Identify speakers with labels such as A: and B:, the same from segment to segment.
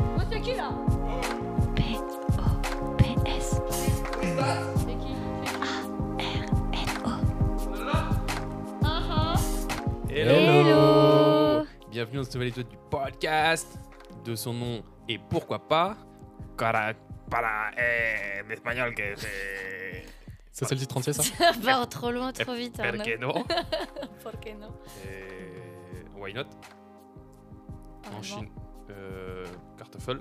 A: Oh, qui là
B: P-O-P-S.
A: C'est qui Ah
C: Hello.
B: Hello.
C: Bienvenue dans ce nouvel épisode du podcast de son nom et pourquoi pas Cara para eh, en espagnol que c'est
D: Ça, c'est le titre entier, ça
B: Ça part trop loin, trop vite. hein, Arnaud.
C: Porque
A: Pourquoi
C: no
A: non
C: Eh, Why not
B: Arnaud.
C: en Chine euh, Kartoffel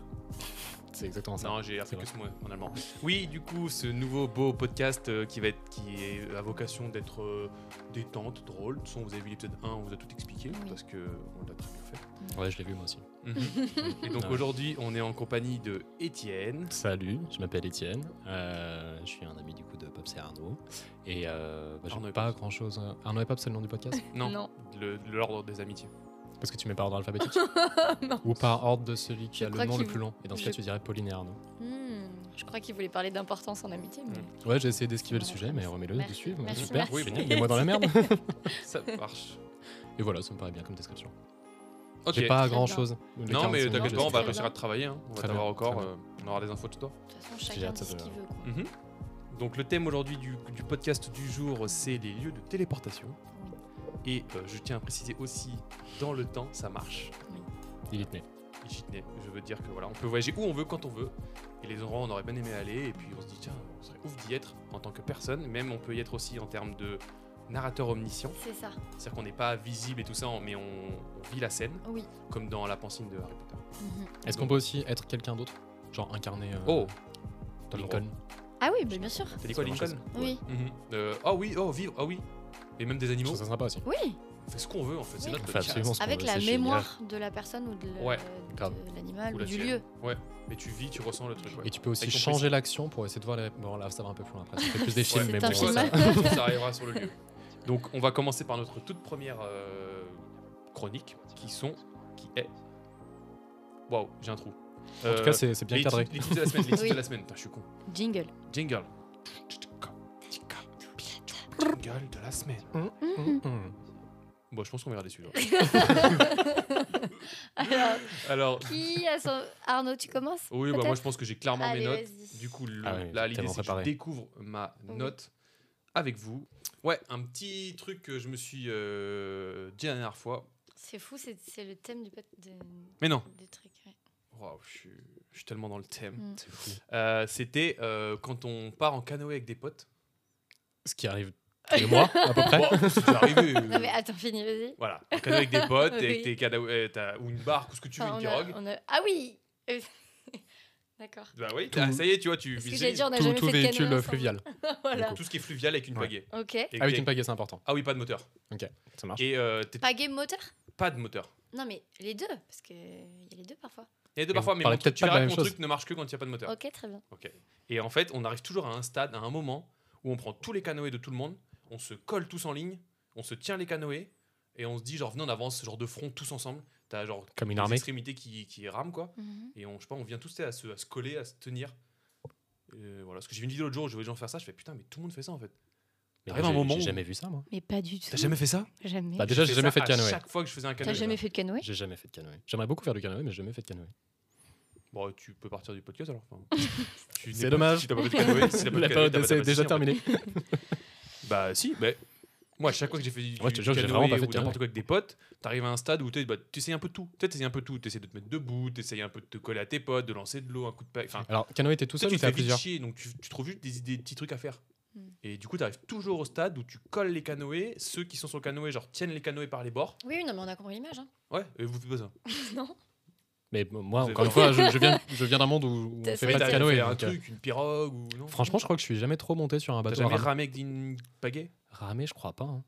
D: C'est exactement ça.
C: Non, j'ai appris
D: vrai.
C: que ce mot en allemand. Oui, du coup, ce nouveau beau podcast euh, qui va être qui est à vocation d'être euh, détente, drôle. De toute façon, vous avez vu l'épisode 1, on vous a tout expliqué
B: Oui.
C: parce que on l'a très bien fait.
D: Ouais, je l'ai vu, moi aussi.
C: Et donc
D: Mhm. Ah Ouais.
C: aujourd'hui, on est en compagnie de Étienne.
D: Salut, je m'appelle Étienne. euh, je suis un ami du coup de Pops et Arnaud. Et euh, bah, j'ai
C: Arnaud et
D: pas
C: Pops.
D: grand chose. Arnaud et Pops, c'est le nom du podcast
C: Non,
A: Non.
C: le- l'ordre des amitiés.
D: Parce que tu mets par ordre alphabétique
A: Non.
D: Ou par ordre de celui qui
B: Je
D: a le
B: crois
D: nom
B: qu'il
D: le plus long. Et dans ce cas,
B: je-
D: tu dirais Pauline et Arnaud.
B: Hmm, Je crois qu'il voulait parler d'importance en amitié. mais-
C: Hmm.
D: Ouais, j'ai essayé d'esquiver le
B: Voilà,
D: sujet,
B: merci.
D: mais remets-le
B: Merci,
D: dessus. ouais,
B: merci,
D: Super,
B: merci.
D: oui, moi dans la merde.
C: Ça marche.
D: et voilà, ça me paraît bien comme description.
C: Ok.
D: J'ai pas
B: Très
D: grand
B: bien.
D: chose.
C: Non, mais
B: minutes,
C: t'inquiète pas, on
B: c'est
C: va
B: très
C: réussir
B: bien.
C: à travailler. hein. On va
D: Très
C: t'avoir
D: bien,
C: encore.
D: très bien.
C: euh, on aura des infos de toi.
B: De toute façon,
D: J'ai
B: chacun
D: hâte, Hmm.
B: dit
D: ça
B: ce
D: peut-
B: qu'il veut. quoi.
C: Mhm. Donc le thème aujourd'hui du, du podcast du jour, c'est les lieux de téléportation. Et euh, je tiens à préciser aussi, dans le temps, ça marche.
D: Il y tenait.
C: Et j'y tenais. Je veux dire que voilà, on peut voyager où on veut, quand on veut. Et les endroits, on aurait bien aimé aller. Et puis on se dit, tiens, on serait ouf d'y être en tant que personne. Même on peut y être aussi en termes de narrateur omniscient.
B: C'est ça,
C: C'est-à-dire qu'on n'est pas visible et tout ça, on- mais on, on vit la scène,
B: oui.
C: comme dans la pensine de Harry Potter.
B: Mhm.
D: Est-ce qu'on peut aussi être quelqu'un d'autre Genre incarner euh,
C: Oh T'as le droit.
D: Lincoln
B: Ah oui, bah, bien sûr.
C: T'as dit quoi,
D: Ça marche,
C: Lincoln
B: Oui.
C: Mhm. Euh, Ah oui, oh, vivre, ah oui. Et même des
D: Je
C: animaux.
D: trouve ça sympa aussi.
B: Oui,
C: On fait ce qu'on veut en fait, c'est
B: Oui.
C: notre
D: On fait
C: podcast.
D: absolument ce qu'on
B: avec
D: veut,
B: la
D: c'est génial.
B: mémoire de la personne ou de le-
C: Ouais,
D: grave.
B: de l'animal
C: Ou
B: ou,
C: la
B: du
C: tienne.
B: lieu.
C: Mais tu vis, tu ressens le truc. Ouais.
D: Et tu peux aussi
C: Avec ton
D: changer
C: prisme.
D: l'action pour essayer de voir les. Bon, là, ça va un peu plus loin après. C'est plus des films,
C: Ouais.
D: mais
B: C'est un
D: bon,
B: film.
D: ça-
C: ça, ça arrivera sur le lieu. Donc on va commencer par notre toute première euh, chronique qui sont qui est Waouh, j'ai un trou. Euh,
D: En tout cas, c'est c'est bien cadré.
C: Les titres de la semaine, les titres
B: Oui.
C: de la semaine. Putain, je suis con.
B: Jingle.
C: Jingle. Jingle de la semaine.
B: Mhm.
D: Mhm.
B: Mm.
D: Mm.
C: Bon, je pense qu'on verra des celui-là.
B: Alors,
C: Alors,
B: qui a son... Arnaud, tu commences
C: oui, bah, moi
B: Peut-être
C: je pense que j'ai clairement
B: Allez,
C: mes notes.
B: vas-y.
C: Du coup, le-
D: Ah ouais,
C: là, l'idée,
D: tellement
C: c'est que je
D: préparé.
C: découvre ma
B: Oui.
C: note avec vous. Ouais, un petit truc que je me suis euh, dit la dernière fois.
B: C'est fou, c'est c'est le thème du, pot- de-
C: Mais non.
B: du truc. ouais.
C: Waouh, je, suis- je suis tellement dans le thème.
B: Mm.
D: C'est fou.
C: Euh, C'était euh, quand on part en canoë avec des potes.
D: Ce qui arrive tous les mois, à peu près.
C: Bon, c'est déjà arrivé. euh,
B: Non mais attends, finis, vas-y.
C: Voilà, en canoë avec des potes,
B: Oui.
C: avec tes canoë- euh, t'as- ou une barque, ou ce que tu veux,
B: Enfin,
C: une
B: on a-
C: pirogue.
B: on a- Ah oui Euh, D'accord.
C: Bah oui,
D: Tout.
C: ah, ça y est, tu vois, tu
B: Parce que
C: visualises
B: j'allais dire, euh, on n'a
D: Tout,
B: jamais
D: tout
B: fait de
D: véhicule
B: canoë
D: euh,
B: ensemble.
D: fluvial.
B: voilà.
C: tout ce qui est fluvial avec une
D: Ouais.
C: pagaie.
B: Ok.
C: Et-
D: Avec
C: et-
D: une pagaie, c'est important.
C: Ah oui, pas de moteur.
D: Ok, ça marche.
C: Et euh, t'es-
B: Pas game moteur
C: pas de moteur.
B: Non mais les deux, parce que il y a les deux parfois.
C: Il y a deux
D: Mais
C: parfois,
D: vous
C: mais
D: parlez
C: mon truc-
D: peut-être
C: tu
D: pas de la
C: verras
D: même
C: que mon
D: chose.
C: truc ne marche que quand il n'y a pas de moteur.
B: Ok, très bien.
C: Ok. Et en fait, on arrive toujours à un stade, à un moment où on prend tous les canoës de tout le monde, on se colle tous en ligne, on se tient les canoës et on se dit genre venez on avance genre de front tous ensemble. T'as genre
D: Comme une
C: des
D: armée.
C: extrémités qui, qui rament quoi.
B: Mhm.
C: Et on je sais pas, on vient tous tu sais, à se, à se coller, à se tenir. Euh, voilà, parce que j'ai vu une vidéo l'autre jour, je voyais les gens faire ça, je fais putain mais tout le monde fait ça en fait.
D: Mais
C: Arrive
D: moi,
C: un
D: j'ai-
C: moment
D: J'ai
C: où-
D: jamais vu ça, moi.
B: Mais pas du tout.
C: T'as jamais fait ça
B: Jamais.
D: Bah, déjà, j'ai
C: fais
D: jamais
C: ça
D: fait de
C: À
D: canoë.
C: chaque fois que je faisais un
B: T'as
C: canoë.
B: jamais fait de canoë
D: J'ai jamais fait de canoë. J'aimerais beaucoup faire du canoë, mais j'ai jamais fait de canoë.
C: Bon, tu peux partir du podcast alors. enfin. Tu n'es
D: C'est
C: pas-
D: dommage.
C: Si t'as pas fait de canoë, si t'as pas de
D: La
C: canoë,
D: période
C: t'as pas
D: d'essai est déjà
C: d'appréciation, en fait.
D: terminée.
C: Bah si, mais moi à chaque fois que j'ai fait du,
D: Ouais, je te
C: du
D: jure que j'ai
C: canoë
D: vraiment pas fait
C: ou
D: de canoë.
C: n'importe quoi avec des potes, t'arrives à un stade où t'es- bah, t'essayes un peu de tout. Peut-être t'essayes un peu de tout, t'essayes de te mettre debout, t'essayes un peu de te coller à tes potes, de lancer de l'eau, un coup de paille. Enfin,
D: Alors, canoë, t'es tout
C: tu sais,
D: seul ou
C: tu te
D: t'es à
C: fais vite
D: plusieurs
C: chier, donc tu, tu trouves juste des, idées- des petits trucs à faire.
B: Mm.
C: Et du coup, t'arrives toujours au stade où tu colles les canoës, ceux qui sont sur le canoë, genre tiennent les canoës par les bords.
B: Oui, oui, non mais on a compris l'image. Hein.
C: Ouais, et vous faites pas ça.
D: Mais bon, moi,
C: Vous
D: encore une
C: avez
D: fois, je je viens je viens d'un monde où on
B: T'as-
D: fait
B: Mais
D: pas de
C: t'as
D: canoë.
C: fait un
D: donc, euh,
C: truc, une pirogue ou non
D: Franchement, je crois que je suis jamais trop monté sur un
C: T'as
D: bateau. à
C: jamais
D: rame.
C: ramé avec une pagaie
D: Ramer, je crois pas. hein.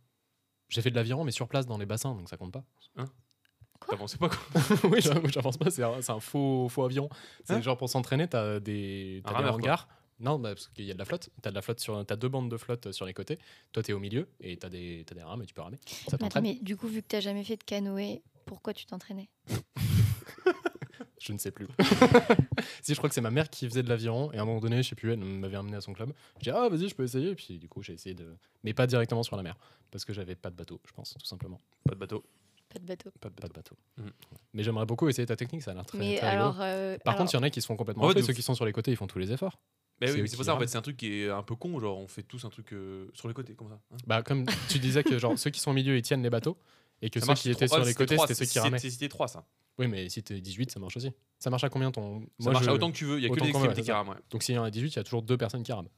D: J'ai fait de l'aviron, mais sur place dans les bassins, donc ça compte pas.
B: Quoi
C: T'avances pas quoi.
D: oui, j'en- oui, j'en pense pas, c'est un, c'est un faux, faux aviron. C'est
C: Hein
D: genre pour s'entraîner, t'as des, t'as
C: Un
D: des
C: rameur, quoi.
D: hangars. Non, bah, parce qu'il y a de la flotte. T'as de la flotte sur, t'as deux bandes de flotte euh, sur les côtés. Toi, t'es au milieu et t'as des, t'as des rames et tu peux ramer. Ça
B: Mais attends,
D: t'entraîne.
B: Bah, mais du coup, vu que t'as jamais fait de canoë, pourquoi tu t'entraînais
D: Je ne sais plus. si je crois que c'est ma mère qui faisait de l'aviron et à un moment donné, je sais plus, elle m'avait amené à son club. J'ai dit ah vas-y, je peux essayer. Et puis du coup, j'ai essayé de, mais pas directement sur la mer parce que j'avais pas de bateau, je pense tout simplement.
C: Pas de bateau.
B: Pas de bateau.
D: Pas de bateau.
C: Mm.
D: Mais j'aimerais beaucoup essayer ta technique, ça a l'air très,
B: Mais
D: très rigolo.
B: alors. euh,
D: Par
B: alors-
D: contre, il y en a qui se font complètement
C: En fait,
D: après,
C: de
D: ceux
C: ouf.
D: qui sont sur les côtés, ils font tous les efforts.
C: Bah
D: C'est
C: oui,
D: eux
C: mais c'est
D: qui
C: pour ça, en
D: gèrent.
C: fait, c'est un truc qui est un peu con. Genre, on fait tous un truc euh, sur les côtés, comme ça. hein.
D: Bah, comme tu disais que genre ceux qui sont au milieu, ils tiennent les bateaux. Et que
C: Ça
D: ceux
C: marche,
D: qui
C: c'est
D: étaient
C: trois-
D: sur
C: ah,
D: les côtés,
C: trois,
D: c'était ceux qui
C: c'est-
D: ramaient.
C: c'est- C'était 3, ça.
D: Oui, mais si t'es 18, ça marche aussi. Ça marche à combien ton.
C: Ça
D: Moi,
C: marche
D: je-
C: à autant que tu veux. Il y a que
D: autant
C: des
D: qu'on veut, ouais,
C: extrémités qui
D: c'est ça.
C: rament. ouais.
D: Donc s'il y en a 18, il y a toujours deux personnes qui rament.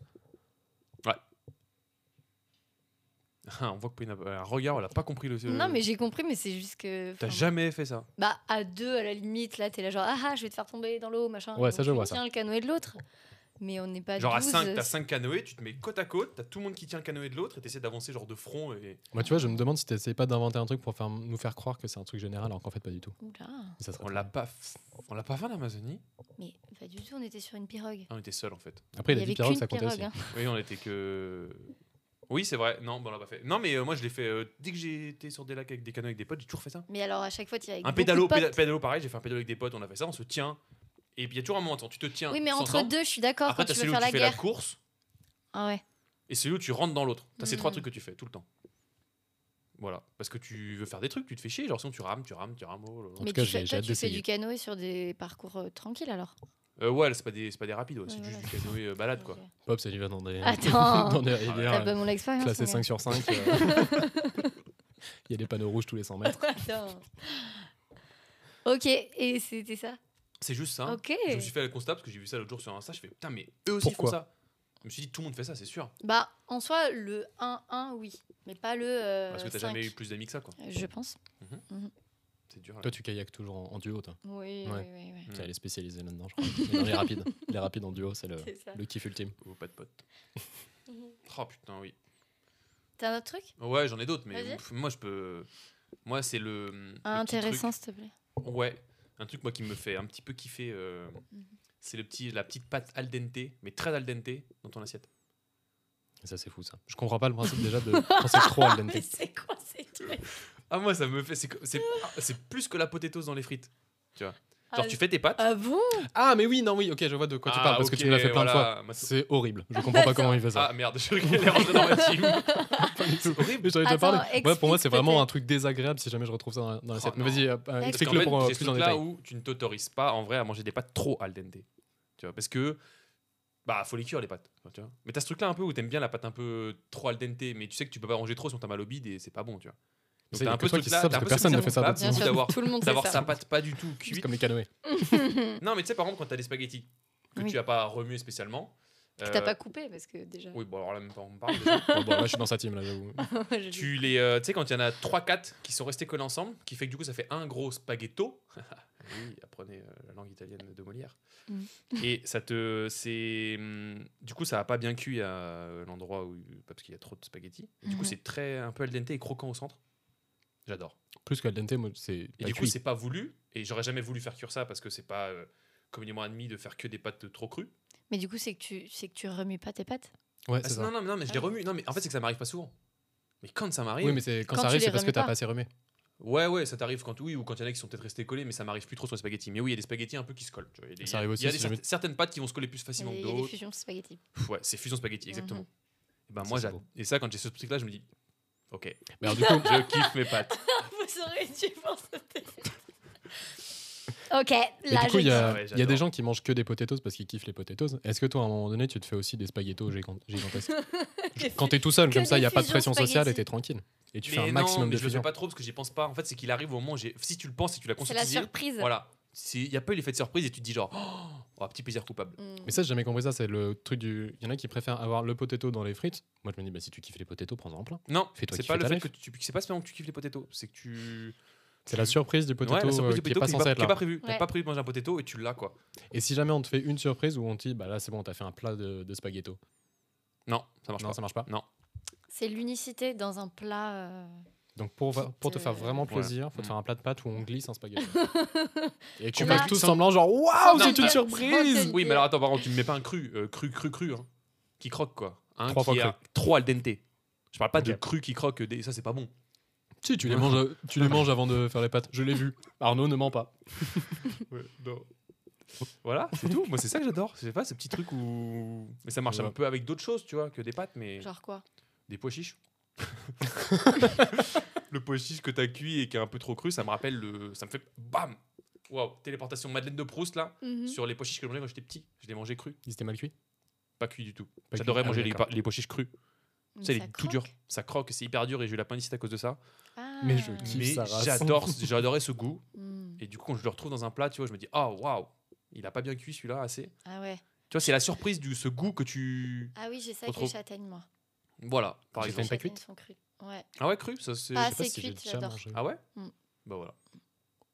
C: On voit que Payne a un regard, elle a pas compris le. euh,
B: Non, mais j'ai compris, mais c'est juste que.
C: T'as
B: enfin,
C: jamais fait ça.
B: Bah, à deux, à la limite, là, t'es là, genre, ah, ah, je vais te faire tomber dans l'eau, machin.
D: Ouais, ça,
B: Donc,
D: je
B: tu
D: vois ça.
B: tiens le canoë de l'autre. Mais on n'est pas
C: Genre à
B: 12,
C: 5,
B: euh,
C: t'as 5 canoës, tu te mets côte à côte, t'as tout le monde qui tient le canoë de l'autre et t'essaies d'avancer genre de front et.
D: Moi, tu vois, je me demande si t'essayes pas d'inventer un truc pour faire, nous faire croire que c'est un truc général, alors qu'en fait, pas du tout.
B: Oula,
D: Et ça serait
C: On
D: très
C: l'a
D: bien.
C: pas, f- on l'a pas fait en Amazonie.
B: mais pas du tout, on était sur une pirogue.
C: Ah, on était seul en fait.
D: Après,
B: Il
D: il
B: y
D: a dit
B: avait
D: pirogue,
B: qu'une
D: ça comptait
B: pirogue.
D: aussi.
B: hein.
C: Oui, on était que. Oui, c'est vrai. Non, bon, on l'a pas fait. Non, mais euh, moi je l'ai fait euh, dès que j'ai été sur des lacs avec des canoës avec des potes, j'ai toujours fait ça.
B: hein. Mais alors, à chaque fois, t'y es avec
C: Un
B: beaucoup de
C: pédalo,
B: potes.
C: péda- pédalo pareil, j'ai fait un pédalo avec des potes, on a fait ça, on se tient. Et puis il y a toujours un moment, attends, tu te tiens.
B: Oui, mais
C: tous
B: entre
C: ensemble.
B: deux, je suis d'accord
C: Après,
B: quand
C: t'as
B: tu veux
C: celui où
B: faire la
C: tu fais la
B: guerre.
C: course
B: Ah ouais.
C: et celui où tu rentres dans l'autre. T'as ces trois
B: Mm.
C: trucs que tu fais tout le temps. Voilà. Parce que tu veux faire des trucs, tu te fais chier. Genre sinon tu rames, tu rames, tu rames. oh là là.
D: En
B: mais
D: tout cas,
B: tu, fais,
D: j'ai-
B: toi,
D: j'ai hâte
B: tu fais
D: d'essayer.
B: du canoë sur des parcours euh, tranquilles alors.
C: Euh, ouais, là, c'est pas des, c'est pas des rapides, ouais,
B: Ouais,
C: c'est juste
B: voilà.
C: du canoë euh, balade quoi.
D: Pop, ça lui va dans des.
B: hein. Attends.
D: dans des
B: T'as
D: rivières.
B: pas mon expérience.
D: classé
B: mon
D: 5
B: gars.
D: sur 5. Il y a des panneaux rouges tous les 100 mètres.
B: Attends. Ok, et c'était ça.
C: C'est juste ça.
B: Ok.
C: Hein Je me suis fait le constat parce que j'ai vu ça l'autre jour sur Insta. Je fais putain, mais eux aussi
D: Pourquoi
C: font ça. Je me suis dit, tout le monde fait ça, c'est sûr.
B: Bah, en soi, le 1-1, oui. Mais pas le. euh,
C: parce que t'as
B: cinq.
C: jamais eu plus d'amis que ça, quoi.
B: Je pense.
C: C'est dur. là.
D: Toi, tu kayakes toujours en, en duo, toi.
B: Oui,
D: Ouais.
B: oui, oui. oui.
C: Mm.
D: Elle est spécialisée là-dedans, je crois. Mais dans les rapides. Les rapides en duo, c'est
C: Euh,
D: le,
B: C'est ça.
D: le kiff ultime.
C: Ou pas de potes.
B: Mhm.
C: oh putain, oui.
B: T'as un autre truc
C: Ouais, j'en ai d'autres, mais
B: Vas-y. Ah,
C: pff, moi, je peux. Moi, c'est le. hmm, le petit
B: Un Intéressant,
C: truc-
B: s'il te plaît.
C: Ouais. Un truc, moi, qui me fait un petit peu kiffer. euh,
B: Mhm.
C: C'est le petit, la petite pâte al dente, mais très al dente, dans ton assiette.
D: Et ça, c'est fou, ça. Je comprends pas le principe déjà de penser trop à dente.
B: c'est quoi ces trucs
C: Ah, moi, ça me fait. C'est que- c'est- ah, c'est plus que la potatoes dans les frites. Genre,
B: ah,
C: tu fais tes pâtes.
B: ah bon
D: Ah, mais oui, non, oui, ok, je vois de quoi tu
C: Ah,
D: parles parce que tu me l'as
C: ok,
D: fait plein
C: voilà.
D: de
C: Moi,
D: fois.
C: c'est-
D: C'est horrible. Je comprends pas comment il fait ça.
C: Ah merde, je rigole, elle est rentrée dans ma team.
D: Pas du tout. Mais j'en ai déjà
B: Attends,
D: parlé. Ouais, pour moi,
B: explique
D: c'est vraiment
B: peut-être.
D: un truc désagréable si jamais je retrouve ça dans, dans l'assiette.
C: non.
D: Mais vas-y, euh, euh,
C: Parce qu'en
D: explique-le
C: fait,
D: pour euh,
C: c'est ce
D: plus en
C: truc-là
D: détail.
C: où tu ne t'autorises pas en vrai à manger des pâtes trop al dente. Tu vois, parce que bah faut les cuire les pâtes. Tu vois. Mais t'as ce truc-là un peu où t'aimes bien la pâte un peu trop al dente, mais tu sais que tu peux pas manger trop sinon t'as mal au bide et c'est pas bon, tu vois.
D: Mais
C: Donc
D: ça, y
C: t'as
D: a
C: un
D: que
C: peu ce
D: toi qui sais
C: truc-là,
D: ça,
C: t'as un
D: parce
C: peu
D: que
C: ce
D: personne ne
C: bizarre
D: fait ça
C: où t'as
D: d'autre
B: Bien sûr,
D: Sinon,
C: envie d'avoir
B: tout le monde sait
C: d'avoir sa
B: ça. Mm.
C: pâte pas du tout
D: C'est
C: cuite.
D: comme les canoës.
C: Non, mais tu sais par exemple quand t'as des spaghettis que
B: Oui.
C: tu as pas remué spécialement.
B: Que T'as
C: euh,
B: pas coupé parce que déjà.
C: Oui, bon alors là même pas on parle. déjà.
D: Bon, bon, là, je suis dans sa team, là, j'avoue.
B: je dis-
C: tu les euh, tu sais quand il y en a 3 4 qui sont restés collés ensemble, qui fait que du coup ça fait un gros spaghetto. oui, apprenez euh, la langue italienne de Molière.
B: Mm.
C: Et ça te c'est hum, du coup ça a pas bien cuit à euh, l'endroit où parce qu'il y a trop de spaghettis. Et du coup
B: Mhm.
C: c'est très un peu al dente et croquant au centre. J'adore.
D: Plus qu'al dente, moi, c'est.
C: Et
D: pas
C: du coup
D: cuit.
C: c'est pas voulu et j'aurais jamais voulu faire cuire ça parce que c'est pas euh, communément admis de faire que des pâtes trop crues.
B: Mais du coup, c'est que tu, c'est que tu remues pas tes pattes.
D: Ouais,
C: Ah,
D: c'est
C: c'est-
D: ça.
C: non non mais non mais je les
B: Ah oui.
C: remue. Non mais en fait c'est que ça m'arrive pas souvent. Mais quand ça m'arrive,
D: Oui, mais c'est quand,
B: Quand
D: ça
B: tu
D: arrive,
B: les
D: c'est parce que
B: remets
D: t'as
B: pas.
D: pas assez remis.
C: Ouais, ouais, ça t'arrive quand oui, ou quand il y en a qui sont peut-être restés collés, mais ça m'arrive plus trop sur les spaghettis. Mais oui, il y a des spaghettis un peu qui se collent. tu vois. Il y a des,
D: Ça arrive
C: il y a
D: aussi,
C: des
D: si jamais-
C: cer- certaines pâtes qui vont se coller plus
B: Il y a
C: facilement
B: des-
C: que
B: il y a des
C: d'autres.
B: fusions de spaghettis.
C: Pff, Ouais, c'est fusion spaghetti, exactement.
B: Mhm.
C: Et ben
D: Ça,
C: moi,
D: c'est
C: j'a-
D: beau.
C: et ça, quand j'ai ce truc-là, je me dis, ok,
D: Mais alors, du coup,
C: je kiffe mes pâtes.
B: Vous auriez dû penser. Ok,
D: mais
B: là,
D: du coup, il y,
C: Ah ouais,
D: a- il y a
C: j'adore.
D: des gens qui mangent que des potatoes parce qu'ils kiffent les potatoes. Est-ce que toi, à un moment donné, tu te fais aussi des spaghettos gigan- gigantesques
B: Des
D: Quand t'es tout seul,
B: que
D: comme ça, il
B: des
D: n'y a pas de
B: fusions
D: pression sociale et
B: spaghettis.
D: t'es tranquille. Et tu
C: mais
D: fais un
C: non,
D: maximum
C: mais
D: de
C: je le fais
D: fusion.
C: pas trop parce que j'y pense pas. En fait, c'est qu'il arrive au moment, où j'ai- si tu le penses et que tu l'as
B: C'est la
C: conscientisé,
B: surprise.
C: voilà, C'est- il y a pas eu l'effet de surprise et tu te dis genre, oh, oh, petit plaisir coupable.
B: Mm.
D: Mais ça, j'ai jamais compris ça. C'est le truc du. Il y en a qui préfèrent avoir le potato dans les frites. Moi, je me dis, bah, si tu kiffes les potatoes, prends-en plein.
C: Non,
D: Fais-toi
C: c'est
D: kiffer
C: pas le
D: ta
C: fait
D: life.
C: que tu, c'est pas spécialement que tu kiffes les potatoes, c'est que tu,
D: C'est la surprise du potato
C: ouais, la surprise
D: euh,
C: du
D: qui est
C: potato
D: pas
C: qui est
D: censée
C: pas-
D: être
C: qui est
D: là.
C: pas prévue. T'as
B: Ouais.
C: pas prévu de manger un potato et tu l'as quoi.
D: Et si jamais on te fait une surprise où on te dit, bah là, c'est bon, t'as fait un plat de, de spaghetto.
C: Non, ça marche
D: Non,
C: pas.
D: ça marche pas.
B: C'est l'unicité dans un plat. euh,
D: Donc pour, va-
B: Qui
D: pour te faire
B: te-
D: vraiment
C: Voilà.
D: plaisir, faut te
C: Mm.
D: faire un plat de pâtes où on glisse un spaghetti. Et qu'on
B: Tu
D: fasse
B: m'as-
D: tous semblant genre waouh,
C: Non,
D: c'est une
C: mais-
D: surprise.
B: Sans
C: Oui,
B: te
C: mais alors attends, par contre, tu me mets pas un cru, euh, cru, cru, cru, hein, qui croque quoi. Un
D: Trois
C: qui
D: fois
C: a trop al dente. Je parle pas de
D: Ok.
C: cru qui croque, des... ça c'est pas bon.
D: Si tu les manges, tu les manges avant de faire les pâtes. Je l'ai vu. Arnaud ne ment pas.
C: Voilà, c'est tout. Moi, c'est ça que j'adore. Je sais pas, ces petits trucs où. Mais ça marche
D: Ouais.
C: un peu avec d'autres choses, tu vois, que des pâtes, mais
B: Genre quoi
C: des pois chiches. le pois chiche que t'as cuit et qui est un peu trop cru, ça me rappelle le. Ça me fait. Bam Waouh, téléportation Madeleine de Proust là,
B: Mhm.
C: sur les pois chiches que j'ai mangé quand j'étais petit. Je les mangeais crus,
D: Ils étaient mal cuits
C: pas cuits du tout.
D: Pas
C: J'adorais
D: cuits. Ah
C: manger
D: oui,
C: les,
D: d'accord.
C: pa- les pois chiches crus.
B: Mais
C: Tu sais,
B: Mm, ça
C: les tout
B: croque.
C: dur. Ça croque, et c'est hyper dur et j'ai eu l'appendicite à cause de ça.
B: Ah.
D: Mais je kiffe.
C: Mais
D: sa race.
C: j'adore, j'adorais ce goût.
B: Mm.
C: Et du coup, quand je le retrouve dans un plat, tu vois, je me dis, ah waouh, il a pas bien cuit celui-là assez.
B: Ah ouais.
C: Tu vois, c'est la surprise du ce goût que tu.
B: Ah oui, j'ai ça avec
C: Retrouve-
B: les châtaignes, moi.
C: Voilà, par
D: J'ai
B: Les
D: fait une
C: exemple.
D: pas
B: châtaignes
D: cuites
B: sont crues. Ouais.
C: Ah ouais, cru ça, c'est...
B: Ah,
D: Je sais pas
B: c'est
D: si j'ai
B: cuite,
D: déjà
B: j'adore.
D: mangé.
C: Ah ouais
B: Mm.
C: Bah voilà.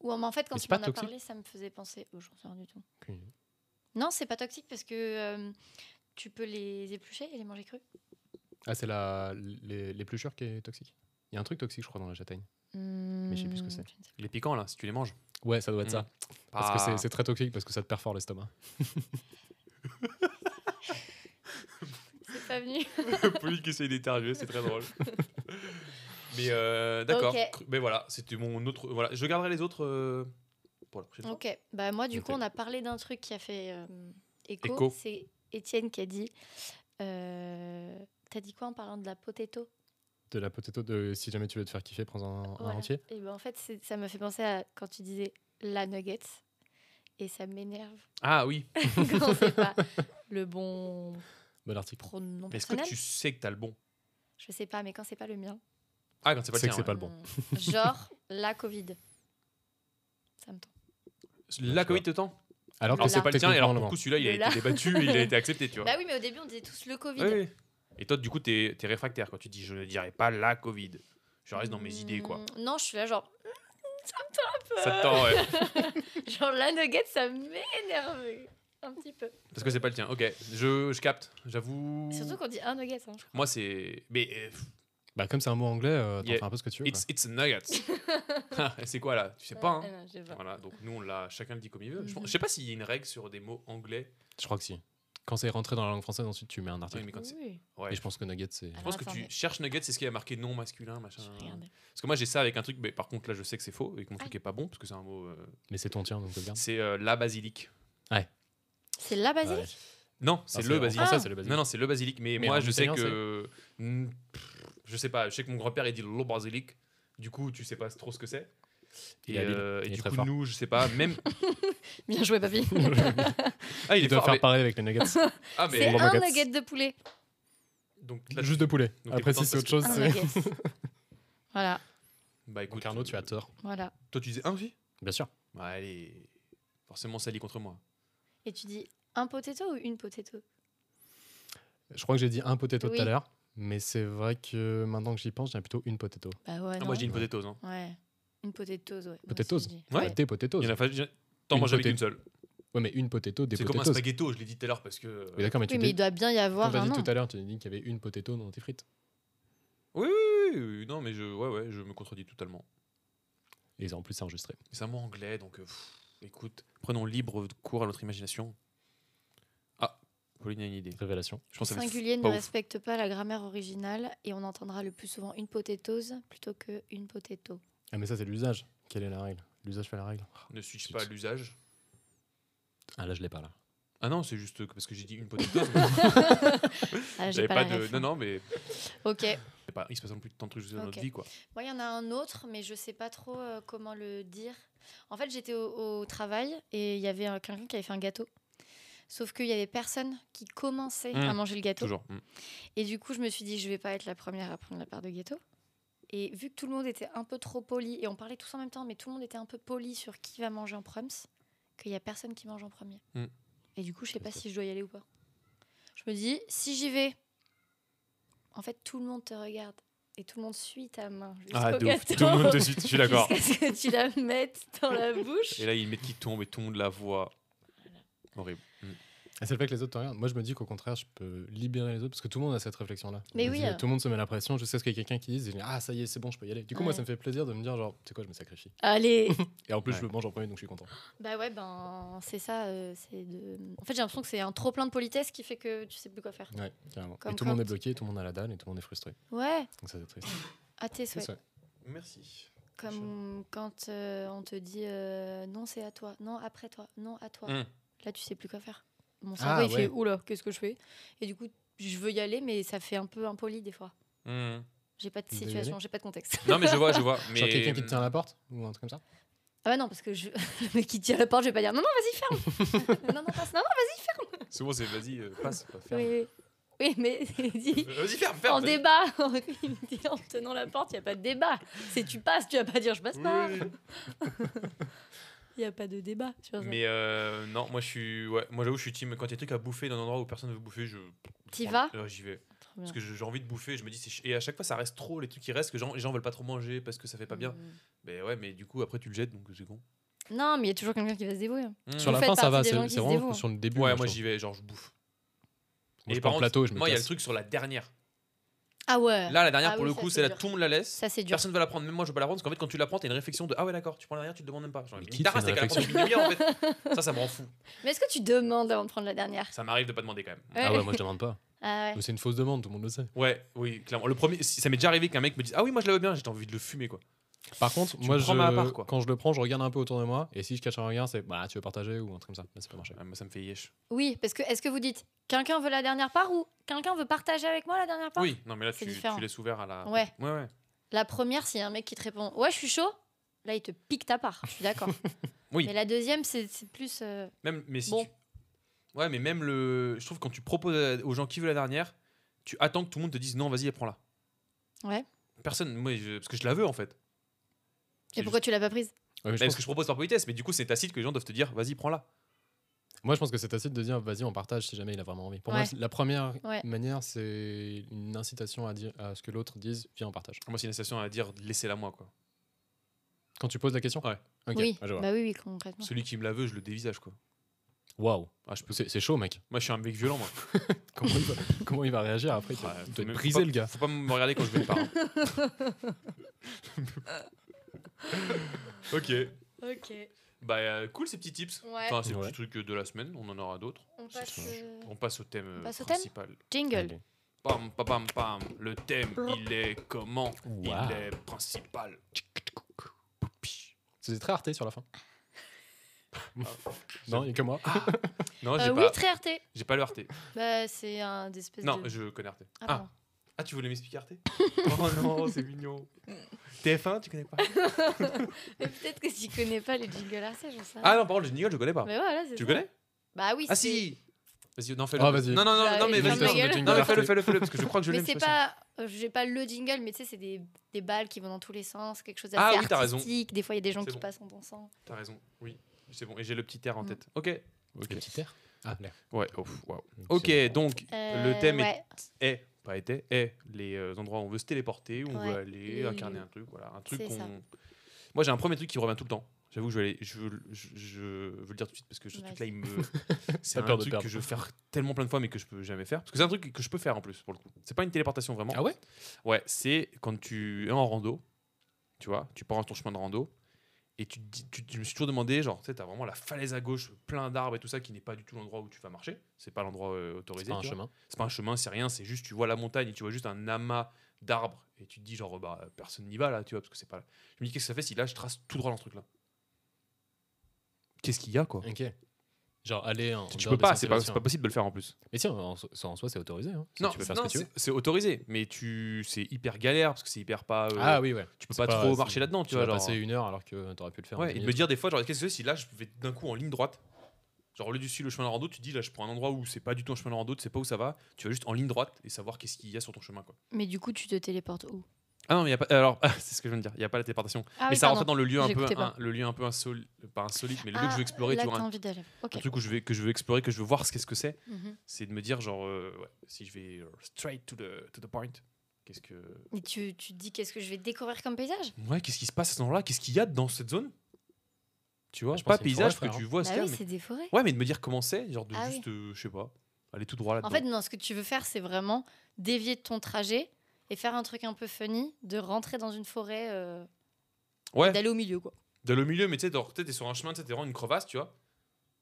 B: Ou en fait, quand
D: Mais c'est
B: tu
D: pas
B: m'en as
D: toxique
B: parlé, ça me faisait penser. Oh, j'en sais rien du tout.
D: Aucune idée.
B: Non, c'est pas toxique parce que euh, tu peux les éplucher et les manger crus.
D: Ah, c'est la... les- l'épluchure qui est toxique. Il y a un truc toxique, je crois, dans la châtaigne.
B: Mais
D: je sais plus ce que c'est.
C: Les piquants là, si tu les manges.
D: Ouais, ça doit être
C: Mm.
D: ça. Parce que c'est-
C: Ah,
D: c'est très toxique parce que ça te perfore l'estomac.
B: C'est pas venu.
C: Pauline qui essaye d'éternuer, c'est très drôle. mais euh, d'accord.
B: Ok.
C: Cru- Mais voilà, c'était mon autre. Voilà, je garderai les autres euh, pour la prochaine fois.
B: ok. Bah, moi, du coup,
C: Ok.
B: on a parlé d'un truc qui a fait euh, écho.
C: Écho.
B: C'est Étienne qui a dit. euh, T'as dit quoi en parlant de la potato
D: De la potato, de... si jamais tu veux te faire kiffer, prends un, un
B: Voilà.
D: entier.
B: Et ben, en fait, c'est- ça m'a fait penser à quand tu disais la nugget. Et ça m'énerve
C: Ah oui.
B: quand c'est pas le bon
D: Bon article.
B: pronom
C: Mais est-ce que
B: personnel.
C: tu sais que t'as le bon
B: Je sais pas, mais quand c'est pas le mien.
C: Ah, quand c'est pas le
D: C'est
C: tien.
D: que c'est
C: ouais.
D: pas le bon.
B: Hmm. Genre la Covid. Ça me tente.
C: La Covid te tend
D: Alors que
C: Alors c'est
B: là.
C: pas le tien, et
D: techniquement
C: alors pour
D: le
C: le coup, celui-là, il
B: Le
C: a
B: là.
C: été débattu et il a été accepté, tu vois.
B: Bah oui, mais au début, on disait tous le Covid.
C: Oui, oui. Et toi, du coup, t'es t'es réfractaire quand tu dis je ne dirais pas la Covid. Je reste dans mes idées, quoi.
B: Hmm, Non, je suis là, genre,
C: Ça te tend, ouais.
B: genre la nugget, ça m'énerve. Un petit peu.
C: Parce que c'est pas le tien. Ok, je, je capte, j'avoue.
B: Hmm. Surtout qu'on dit un nugget. hein, je crois.
C: Moi, c'est. Mais. euh, pff,
D: Bah, comme c'est un mot anglais, euh, t'en
C: Yeah.
D: fais un peu ce que tu veux. quoi.
C: It's, it's a nuggets. Ah, c'est quoi là Tu sais pas,
B: Ah
C: hein
B: non, je sais pas.
C: Voilà, donc nous, on l'a. Chacun le dit comme il veut. Je, pense-
B: Mhm.
C: je sais pas s'il y a une règle sur des mots anglais.
D: Je crois que si. Quand c'est rentré dans la langue française, ensuite tu mets un
C: Oui,
D: article.
C: mais quand c'est-
B: Oui.
C: ouais.
D: Et
C: Je
D: je pense que Nugget, c'est.
B: Ah.
C: pense
B: Alors,
C: que tu
B: attendez.
C: cherches nuggets, c'est ce qui est marqué non masculin, machin.
B: Je regardais.
C: Parce que moi, j'ai Ah. ça avec un truc, mais par contre, là, je sais que c'est faux et que mon truc est pas bon, parce que c'est un mot. euh,
D: Mais c'est ton tien, donc regarde.
C: C'est euh, la basilic.
B: C'est la basilic
C: Non, c'est le
D: basilic.
C: basilic.
B: Ah.
D: c'est le basilic.
C: Non, non, c'est le basilic. Mais,
D: Mais
C: moi,
D: en
C: je sais
D: italien,
C: que. Mm, pff, Je sais pas. Je sais que mon grand-père, il dit le basilic. Du coup, tu sais pas trop ce que c'est.
D: Il
C: Et,
D: est habile,
C: euh, et
D: il est
C: du
D: très
C: coup,
D: fort.
C: nous, je sais pas. Même.
B: Bien joué, papy.
C: Ah, il,
D: Il
C: est
D: doit
C: fort.
D: faire
C: mais-
D: pareil avec les nuggets.
C: Ah,
B: C'est
C: mais.
D: Bon,
B: un
D: nuggets.
B: nugget de poulet.
C: Donc, là,
D: Juste de poulet.
C: Donc,
D: Après,
C: t'es
D: si c'est autre chose,
C: contente
B: Un
D: c'est.
B: nugget. Voilà,
C: Bah écoute.
D: Donc, Arnaud, tu
C: euh,
D: as tort.
B: voilà.
C: Toi, tu disais un aussi
D: Bien sûr.
C: Bah, allez. Forcément, ça lit contre moi.
B: Et tu dis un potato ou une potato
D: Je crois que j'ai dit un potato tout à
B: Oui.
D: l'heure. Mais c'est vrai que maintenant que j'y pense, j'ai plutôt une potato.
B: Bah ouais.
C: Ah,
B: non
C: moi, j'ai une potatoes. Hein.
B: Ouais. Une potatoes, ouais. Moi aussi,
D: Potatoes.
B: je dis.
C: Ouais.
B: Ouais.
D: Des potatoes.
C: Il y en a pas. Tant
D: Une
C: moi, j'avais
D: potato-
C: qu'une seule.
D: Ouais, mais une potato, des
C: C'est comme un
D: potatoes.
C: spaghetto, je l'ai dit tout à l'heure parce que. euh,
D: Oui, d'accord, mais tu
B: Oui, mais
D: dis.
B: il doit bien y
D: Quand
B: avoir
D: t'as
B: un
D: dit
B: nom.
D: tout à l'heure, tu as dit qu'il y avait une potato dans tes frites.
C: Oui, oui, oui, oui, non, mais je, ouais, ouais, je me contredis totalement.
D: Et en plus, c'est enregistré.
C: Mais C'est un mot anglais, donc euh, pff, écoute, prenons libre cours à notre imagination. Ah, Pauline a une idée.
D: Révélation.
C: Je pense que ça va être
B: Singulier ne
C: pas ouf.
B: respecte pas la grammaire originale et on entendra le plus souvent une potatoes plutôt que une potato.
D: Ah, mais ça, c'est l'usage. Quelle est la règle L'usage fait la règle.
C: Ne suis-je pas à l'usage
D: Ah, là, je l'ai pas, là.
C: Ah non, c'est juste que parce que j'ai dit une potato.
B: Ah, j'ai
C: J'avais
B: pas,
C: pas
B: la
C: de.
B: ref.
C: Non, non, mais
B: Ok.
C: c'est pas- il se passe plus de tant de trucs dans notre
B: Ok.
C: vie, quoi.
B: Moi, il y en a un autre, mais je sais pas trop euh, comment le dire. En fait, j'étais au, au travail et il y avait un- quelqu'un qui avait fait un gâteau. Sauf qu'il y avait personne qui commençait
C: Mm.
B: à manger le gâteau.
C: Toujours. mm.
B: Et du coup, je me suis dit, je vais pas être la première à prendre la part de gâteau. Et vu que tout le monde était un peu trop poli, et on parlait tous en même temps, mais tout le monde était un peu poli sur qui va manger en proms, qu'il y a personne qui mange en premier.
C: Mm.
B: Et du coup, je sais pas
D: sûr.
B: si je dois y aller ou pas. Je me dis, si j'y vais, en fait, tout le monde te regarde. Et tout le monde suit ta main. jusqu'au
C: Ah, de ouf.
B: gâteau,
C: Tout le monde de suite, je suis d'accord.
B: Jusqu'à ce que tu la mettes dans la bouche.
C: Et là, il y a une mètre qui tombe et tout le monde la voit. Horrible. Mm.
D: Et c'est le fait que les autres te regardent. Moi, je me dis qu'au contraire, je peux libérer les autres parce que tout le monde a cette réflexion-là.
B: Mais
D: Je me
B: oui,
D: dis,
B: euh.
D: Tout le monde se met la pression jusqu'à ce qu'il y ait quelqu'un qui dise Ah, ça y est, c'est bon, je peux y aller. Du coup, moi,
B: Ouais.
D: ça me fait plaisir de me dire genre, tu sais quoi, je me sacrifie.
B: Allez,
D: Et en plus, je
C: Ouais.
D: le mange en premier, donc je suis content.
B: Bah ouais, ben c'est ça. euh, c'est de... En fait, j'ai l'impression que c'est un trop plein de politesse qui fait que tu sais plus quoi faire.
D: Ouais, carrément.
B: Comme
D: et tout le monde
B: quand-
D: est bloqué, tout le monde a la dalle et tout le monde est frustré.
B: Ouais,
D: Donc ça, c'est triste.
B: à tes
D: C'est
B: souhaits.
D: ça.
C: Merci.
B: Comme quand euh, on te dit euh, non, c'est à toi, non, après toi, non, à toi.
C: Mm.
B: Là, tu sais plus quoi faire. Mon
C: Ah,
B: cerveau, il
D: ouais.
B: fait oula, qu'est-ce que je fais Et du coup, je veux y aller, mais ça fait un peu impoli des fois.
C: Mm.
B: J'ai pas de
D: Désolé.
B: situation, j'ai pas de contexte.
C: Non, mais je vois, je vois. Mais... euh,
D: Genre quelqu'un qui te tient à la porte ou un truc comme ça
B: Ah bah non, parce que je... le mec qui tire la porte, je vais pas dire non, non, vas-y, ferme. non, non, passe, non, non,
C: Souvent, c'est vas-y, euh, passe, pas
B: vas-y.
C: ferme.
B: Oui, oui. oui, mais dis,
C: Euh, Vas-y, ferme, ferme.
B: en
C: vas-y.
B: débat, il me dit, en tenant la porte, il n'y a pas de débat. C'est tu passes, tu vas pas dire je passe
C: Oui,
B: pas.
C: oui, oui.
B: Il n'y a pas de débat sur ça.
C: Mais euh, non, moi je suis, ouais, moi j'avoue je suis team. Quand il y a des trucs à bouffer dans un endroit où personne ne veut bouffer, je.
B: T'y
C: prends-
B: vas
C: Euh, J'y vais.
B: Trop bien.
C: Parce que je- j'ai envie de bouffer. Je me dis c'est ch- et à chaque fois ça reste trop les trucs qui restent que gens- les gens veulent pas trop manger parce que ça fait pas bien.
B: Mm.
C: Mais ouais, mais du coup après tu le jettes donc c'est con.
B: Non, mais il y a toujours quelqu'un qui va se dévouer. hein.
C: Mm.
D: Sur
B: Vous
D: la
B: faites
D: fin, ça va.
B: partie des
D: C'est
B: gens qui
D: c'est
B: se
D: vraiment
B: dévouent. hein.
D: sur le début.
C: Ouais,
D: je
C: moi
D: trouve.
C: j'y vais, genre je bouffe.
D: Moi, je
C: par
D: prends le
C: contre,
D: plateau et je me
C: Moi il y a le
D: casse.
C: truc sur la dernière.
B: Ah ouais,
C: Là la dernière
B: Ah
C: pour
B: oui,
C: le
B: ça,
C: coup
B: c'est
C: c'est la
B: dur.
C: tout le monde la laisse.
B: ça c'est dur.
C: Personne veut la prendre, même moi je veux pas la prendre parce qu'en fait quand tu la prends t'as une réflexion de ah ouais d'accord tu prends la dernière tu te demandes même pas. Genre,
D: Mais
C: mais
D: qui
C: une
D: fait
C: tarasse,
D: une
C: t'as qu'à la prendre depuis une demi-heure, en fait. Ça ça me rend fou.
B: Mais est-ce que tu demandes avant de prendre la dernière
C: Ça m'arrive de pas demander quand même.
B: Ouais.
D: Ah ouais, moi je demande pas.
B: Ah ouais.
D: Mais C'est une fausse demande, tout le monde le sait.
C: Ouais, oui, clairement. Le premier, si- ça m'est déjà arrivé qu'un mec me dise Ah oui, moi je la veux bien, j'ai envie de le fumer quoi.
D: Par contre,
C: Tu
D: moi
C: me
D: je,
C: prends ma part, quoi.
D: quand je le prends, je regarde un peu autour de moi et si je cache un regard, c'est bah tu veux partager ou un truc comme ça. Là, ça peut marcher.
C: Ah, moi ça me fait yesh.
B: Oui, parce que est-ce que vous dites quelqu'un veut la dernière part ou quelqu'un veut partager avec moi la dernière part
C: Oui, non mais là
B: Ah, C'est
C: tu,
B: différent.
C: tu laisses ouvert à la.
B: Ouais.
C: Ouais, ouais.
B: La première, s'il y a un mec qui te répond ouais, je suis chaud, là il te pique ta part, je suis d'accord.
C: Oui.
B: Mais la deuxième, c'est c'est plus. euh,
C: Même, mais si
B: Bon.
C: tu- Ouais, mais même le. Je trouve que quand tu proposes à- aux gens qui veulent la dernière, tu attends que tout le monde te dise Non, vas-y, prends-la.
B: Ouais.
C: Personne, moi, je- parce que je la veux en fait.
B: Et pourquoi tu l'as pas prise
D: Ouais, mais je
C: Même
D: pense
C: ce que je propose par politesse, mais du coup c'est tacite que les gens doivent te dire Vas-y, prends-la.
D: Moi, je pense que c'est assez de dire vas-y, on partage si jamais il a vraiment envie. Pour
B: Ouais.
D: moi, la première
B: Ouais.
D: manière, c'est une incitation à, dire, à ce que l'autre dise viens, on partage.
C: Moi c'est une station à dire Laissez-la moi quoi.
D: Quand tu poses la question
C: Ouais.
D: Ok,
B: Oui.
D: ah, je vois.
B: bah oui, oui, concrètement.
C: Celui qui me la veut, je le dévisage quoi.
D: Waouh.
C: Ah, je peux...
D: C'est c'est chaud, mec.
C: Moi je suis un mec violent moi.
D: Comment il va, comment il va réagir après Il doit-
C: Ouais,
D: il
C: faut
D: doit
C: même-
D: être
C: faut
D: brisé,
C: pas-
D: le gars.
C: Faut pas me regarder quand je vais le parler. ok.
B: Ok.
C: Bah euh, cool ces petits tips.
B: Ouais.
C: Enfin ces
D: Ouais.
C: petits trucs euh, de la semaine, on en aura d'autres.
B: On
C: C'est
B: passe.
C: tout.
B: euh,
C: On passe au thème euh,
B: On passe au thème
C: principal.
B: Jingle.
D: Ok.
C: Pam pam pam pam. Le thème, il est comment
D: Waouh.
C: Il est principal.
D: C'était très arté sur la fin. Ah. non, il n'y a que moi.
C: Non, j'ai
B: Euh, oui,
C: pas
B: très RT.
C: j'ai pas le RT.
B: Bah, c'est un des espèces
C: Non,
B: de.
C: je connais RT.
B: Ah,
C: Ah,
B: pardon.
C: ah, tu voulais m'expliquer RT Oh non, c'est mignon. TF1, tu connais
B: Ah.
C: pas
B: Mais peut-être que tu connais pas les jingles RT, j'en sais rien.
C: Ah non, par contre, le jingle, je connais pas.
B: Mais voilà, c'est
C: Tu
B: ça.
C: connais
B: Bah oui,
C: Ah
B: c'est-
C: si Vas-y, non, fais-le.
D: Ah, vas-y.
C: Non, non, non,
B: Bah,
C: non mais
B: il ferme
C: vas-y,
B: la
C: vas-y.
B: gueule.
C: Non, mais fais-le,
D: Arté.
C: fais-le, fais-le, parce que je crois que je
B: Mais
C: l'aime.
B: c'est
C: ce passage.
B: pas, euh, j'ai pas le jingle, mais tu sais, c'est des, des balles qui vont dans tous les sens, quelque chose
C: Ah
B: d'assez
C: oui, t'as raison.
B: artistique. Des fois, il y a des gens
C: C'est
B: qui
C: bon.
B: passent en dansant.
C: T'as raison, oui. C'est bon, et j'ai le petit air en
B: Mm.
C: tête. Ok.
D: Le petit air. Ah, l'air.
C: Ouais, oh, pff, waouh.
D: C'est
C: Ok, donc le
B: Euh,
C: thème
B: ouais.
C: est, est, pas était, est les euh, endroits où on veut se téléporter, où on
B: Ouais,
C: veut aller,
B: les
C: incarner
B: lieux.
C: un truc, voilà, un truc
B: C'est ça.
C: qu'on. Moi, j'ai un premier truc qui revient tout le temps. J'avoue que je vais aller, je, veux- je, je veux le dire tout de suite parce que ce
B: Vas-y.
C: truc-là, il me. C'est
D: T'as
C: un
D: peur de
C: truc
D: perdre.
C: que je veux faire tellement plein de fois mais que je peux jamais faire. Parce que c'est un truc que je peux faire en plus pour le coup. C'est pas une téléportation vraiment.
D: Ah ouais
C: Ouais, c'est quand tu es en rando, tu vois, tu pars dans ton chemin de rando et tu, te dis- tu, tu- je me suis toujours demandé, genre, tu sais, t'as vraiment la falaise à gauche, plein d'arbres et tout ça, qui n'est pas du tout l'endroit où tu vas marcher. C'est pas l'endroit euh, autorisé.
D: pas un
C: tu vois.
D: chemin.
C: C'est pas un chemin, c'est rien, c'est juste, tu vois la montagne et tu vois juste un amas d'arbres et tu te dis, genre, bah, euh, personne n'y va là, tu vois, parce que c'est pas là. Je me dis, qu'est-ce que ça fait si là, je trace tout droit dans ce truc-là Qu'est-ce qu'il y a, quoi
D: Ok. Genre aller en.
C: Tu
D: dehors
C: peux
D: des
C: pas, c'est pas,
D: sentiers
C: c'est pas
D: battus.
C: possible de le faire en plus.
D: Mais si, en, en so- en soi, c'est autorisé. hein. Ça,
C: Non,
D: tu peux faire
C: non,
D: ce que tu veux.
C: c'est- c'est autorisé, mais tu c'est hyper galère parce que c'est hyper pas. euh,
D: Ah oui, ouais.
C: tu peux
D: c'est
C: pas,
D: pas-
C: trop
D: c'est-
C: marcher là-dedans, tu,
D: Tu
C: vois.
D: vas
C: Genre,
D: passer une heure alors que t'aurais pu le faire. en dix
C: ouais, et de me
D: minutes.
C: dire des fois, genre, qu'est-ce que c'est si là je vais d'un coup en ligne droite Genre, au lieu du suivre le chemin de rando, tu te dis là je prends un endroit où c'est pas du tout un chemin de rando, tu sais pas où ça va, tu vas juste en ligne droite et savoir qu'est-ce qu'il y a sur ton chemin, quoi.
B: Mais du coup, tu te téléportes où
C: Ah non, mais y a pas. Alors, c'est ce que je viens de dire, il y a pas la téléportation.
B: ah,
C: mais ça rentre dans le lieu un peu,
B: j'écoutais pas.
C: un- le lieu un peu insoli- pas insolite, mais le lieu
B: Ah,
C: que je veux explorer,
B: là,
C: tu vois,
B: t'as
C: un,
B: envie d'aller.
C: un
B: Ok.
C: truc où je vais, que je veux explorer, que je veux voir ce qu'est-ce que c'est.
B: Mhm.
C: c'est de me dire genre euh, ouais, si je vais euh, straight to the, to the point qu'est-ce que
B: Et tu, tu te dis qu'est-ce que je vais découvrir comme paysage
C: ouais qu'est-ce qui se passe à ce endroit là qu'est-ce qu'il y a dans cette zone tu vois
D: Ah, Je pense
C: pas
D: que c'est une
C: paysage
D: forêt,
C: que
D: frère, hein.
C: tu vois
B: Bah
C: c'est
B: oui,
C: clair,
B: c'est des forêts.
C: mais- ouais mais de me dire comment c'est genre de
B: Ah oui.
C: juste euh, je sais pas aller tout droit là
B: En fait, non, ce que tu veux faire, c'est vraiment dévier de ton trajet et faire un truc un peu funny, de rentrer dans une forêt, euh,
C: ouais
B: d'aller au milieu, quoi.
C: d'aller au milieu mais tu sais genre, peut-être t'es sur un chemin tu sais, t'es vraiment une crevasse tu vois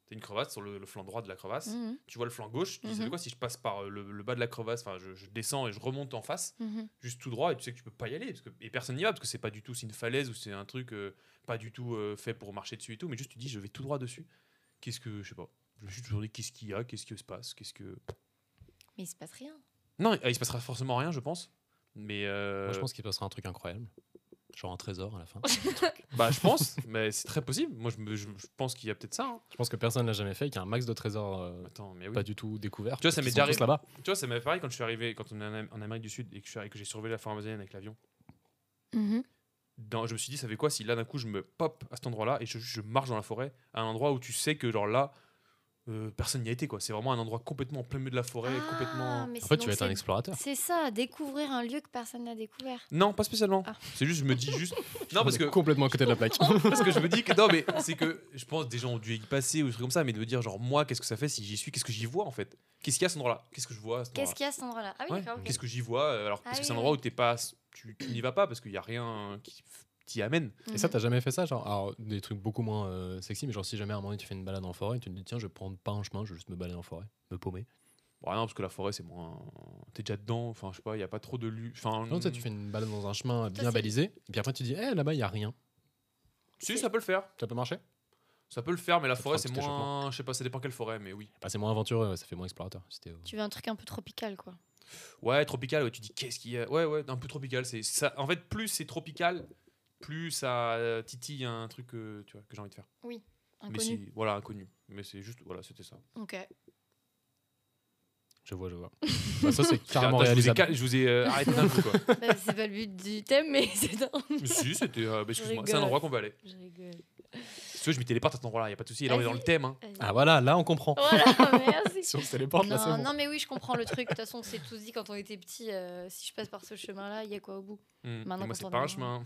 C: t'es une crevasse sur le, le flanc droit de la crevasse
B: Mhm,
C: tu vois le flanc gauche tu dis,
B: Mhm.
C: c'est quoi si je passe par euh, le, le bas de la crevasse enfin je, je descends et je remonte en face
B: mhm.
C: juste tout droit et tu sais que tu peux pas y aller parce que et personne n'y va parce que c'est pas du tout c'est une falaise ou c'est un truc euh, pas du tout euh, fait pour marcher dessus et tout mais juste tu dis je vais tout droit dessus qu'est-ce que je sais pas je me suis toujours dit qu'est-ce qu'il y a qu'est-ce qui se passe qu'est-ce que
B: Mais il se passe rien.
C: non ah, il se passera forcément rien je pense Mais euh,
E: Moi, je pense qu'il passera un truc incroyable. Genre un trésor à la fin.
C: bah, je pense, mais c'est très possible. Moi, je, me- je- je pense qu'il y a peut-être ça. hein.
D: Je pense que personne l'a jamais fait, qu'il y a un max de trésors euh,
C: Attends, mais oui.
D: pas du tout découverts.
C: Tu vois, ça
D: parce
C: m'est
D: qu'ils
C: déjà
D: sont tous
C: arrivé.
D: là-bas.
C: Tu vois, ça m'avait pareil quand je suis arrivé, quand on est en Am- en Amérique du Sud et que je suis arrivé- que j'ai survolé la forêt amazonienne avec l'avion.
B: Mhm.
C: Dans- je me suis dit, ça fait quoi si là d'un coup je me pop à cet endroit-là et je, je marche dans la forêt, à un endroit où tu sais que genre là, euh, personne n'y a été quoi. C'est vraiment un endroit complètement en plein milieu de la forêt,
B: Ah.
C: complètement.
E: En fait, tu vas être un explorateur.
B: C'est ça, découvrir un lieu que personne n'a découvert.
C: Non, pas spécialement.
B: Ah.
C: C'est juste, je me dis juste. non,
D: On
C: parce
D: est
C: que
D: complètement à côté de la plaque.
B: Mmh.
C: parce que je me dis que non, mais c'est que je pense des gens ont dû y passer ou des trucs comme ça, mais de me dire genre moi, qu'est-ce que ça fait si j'y suis, qu'est-ce que j'y vois en fait, qu'est-ce qu'il y a à cet endroit-là, qu'est-ce que je vois à cet endroit-là.
B: Qu'est-ce qu'il y a à cet endroit-là Ah oui,
C: Ouais.
B: d'accord. ok.
C: Qu'est-ce que j'y vois euh, Alors
B: Ah
C: parce que
B: oui,
C: c'est un
B: oui.
C: endroit où t'es pas, tu, tu n'y vas pas parce qu'il y a rien qui f- t'y amène.
D: Et ça, t'as jamais fait ça genre, Alors, des trucs beaucoup moins euh, sexy, mais genre, si jamais à un moment donné, tu fais une balade en forêt, tu te dis, tiens, je vais prendre pas un chemin, je vais juste me balader en forêt, me paumer.
C: Bon, ah non, parce que la forêt c'est moins. T'es déjà dedans. Enfin, je sais pas, il y a pas trop de lu. Enfin,
D: Non, tu sais, tu fais une balade dans un chemin bien
B: c'est-
D: balisé, et puis après, tu dis, eh, là-bas, il y a rien.
C: mm, Si, ça peut le faire.
D: Ça peut marcher
C: Ça peut le faire, mais la
D: Ça te
C: forêt
D: fera
C: c'est
D: un petit échauffement.
C: moins. Je sais pas, ça dépend quelle forêt, mais oui.
D: Bah, C'est moins aventureux, ouais, ça fait moins explorateur. Si t'es au-
B: Tu veux un truc un peu tropical, quoi.
C: Ouais, tropical, ouais, tu dis qu'est-ce qu'il y a Ouais, ouais, un peu tropical. C'est ça. En fait, plus c'est tropical, plus ça euh, titille un truc euh, tu vois, que j'ai envie de faire.
B: Inconnu.
C: Mais si, voilà, inconnu. Mais c'est juste, voilà, c'était ça.
B: Ok.
D: Je vois, je vois. Bah, ça, c'est carrément
C: Attends, je vous ai,
D: réalisable.
C: cal- je vous ai euh, arrêté d'un coup, quoi.
B: Bah, c'est pas le but du thème, mais c'est dingue.
C: Mais si, c'était. euh, bah, excuse-moi, c'est un
B: rigole.
C: endroit qu'on va aller.
B: Je rigole.
C: Si tu veux, je m'y téléporte à cet endroit-là, y a pas de souci. Et là, on est dans le
B: Vas-y.
C: thème. hein.
B: Vas-y.
D: Ah voilà, là, on comprend.
B: Voilà, merci.
D: Si on se
C: bah,
D: téléporte, là, c'est
B: Non,
D: bon.
B: non, mais oui, je comprends le truc. De toute façon, on s'est tous dit quand on était petit, si je passe par ce chemin-là, il y a quoi au bout
C: Mm. Et
B: Maintenant
C: Moi,
B: qu'on
C: c'est
B: tourne
C: pas un
B: en
C: chemin.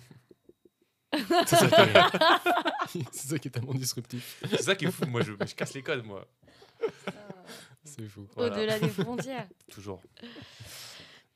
D: C'est ça qui est- c'est ça qui est tellement disruptif.
C: C'est ça qui est fou. Moi, je, je casse les codes, moi.
D: C'est fou.
C: Voilà.
B: Au-delà des frontières.
C: Toujours.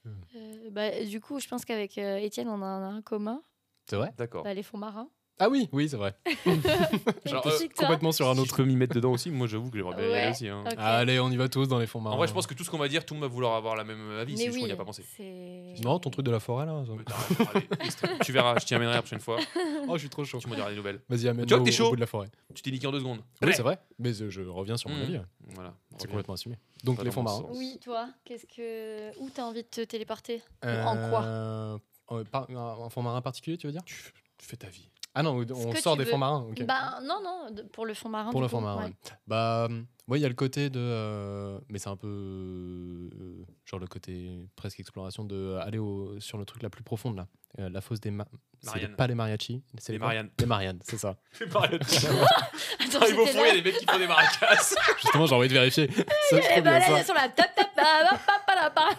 B: Euh, bah, du coup, je pense qu'avec euh, Étienne, on en a un commun,
D: C'est vrai
C: D'accord.
B: bah, les fonds marins.
D: Ah oui, oui, c'est vrai.
C: Genre,
B: Et
C: euh,
B: Victor
D: Complètement sur un
C: Si
D: autre.
C: je peux m'y mettre dedans aussi, moi, j'avoue que j'aimerais bien y
B: Ouais.
C: aller aussi. hein.
B: Ok.
D: Allez, on y va tous dans les fonds marins.
C: En vrai, je pense que tout ce qu'on va dire, tout le monde va vouloir avoir la même avis.
B: Mais
C: c'est juste qu'on
B: oui,
C: n'y a pas pensé.
B: c'est-
D: Non, ton truc de la forêt là. ça-
C: Mais t'as raison, allez, extrême. tu verras, je t'y amènerai la prochaine fois.
D: Oh, je suis trop chaud.
C: Tu me diras des nouvelles.
D: Vas-y, amène
C: Tu
D: au,
C: vois que t'es
D: au
C: chaud
D: bout de la forêt.
C: Tu t'es niqué en deux secondes.
D: Oui, c'est vrai. Mais euh, je, je reviens sur mon
C: Mhm.
D: avis. ouais.
C: Voilà.
D: C'est
C: reviens.
D: complètement assumé. Donc
C: Pas
D: les
C: dans
D: fonds
C: mon
D: marins.
C: sens.
B: Oui, toi, qu'est-ce que. Où t'as envie de te téléporter en quoi
D: Euh, euh, par- un, un fonds marin particulier, tu veux dire
C: Tu f- tu fais ta vie.
D: Ah non, on
B: que
D: sort
B: tu
D: des
B: veux.
D: fonds marins. ok.
B: Bah, non, non, de- pour le fond marin.
D: Pour
B: du
D: le
B: coup,
D: fond marin.
B: ouais.
D: ouais. Bah, moi, il y a le côté de. euh, mais c'est un peu. euh, genre le côté presque exploration de euh, aller au- sur le truc la plus profonde là. Euh, la fosse des. Ma- c'est
C: Marianne.
D: les- pas les mariachis. C'est
C: Les
D: quoi
C: Mariannes.
D: Les Mariannes, c'est ça.
C: C'est pareil.
B: Attends,
C: Ils
B: j'étais
C: vont Ah, fouiller
B: là.
C: les mecs qui font des maracas.
D: Justement, j'ai envie de vérifier. Ça, je
B: Et
D: trouve, il y
B: bah
D: a
B: là,
D: ça.
B: il y a sur la tap tap pa, pa, pa, pa, la, pa.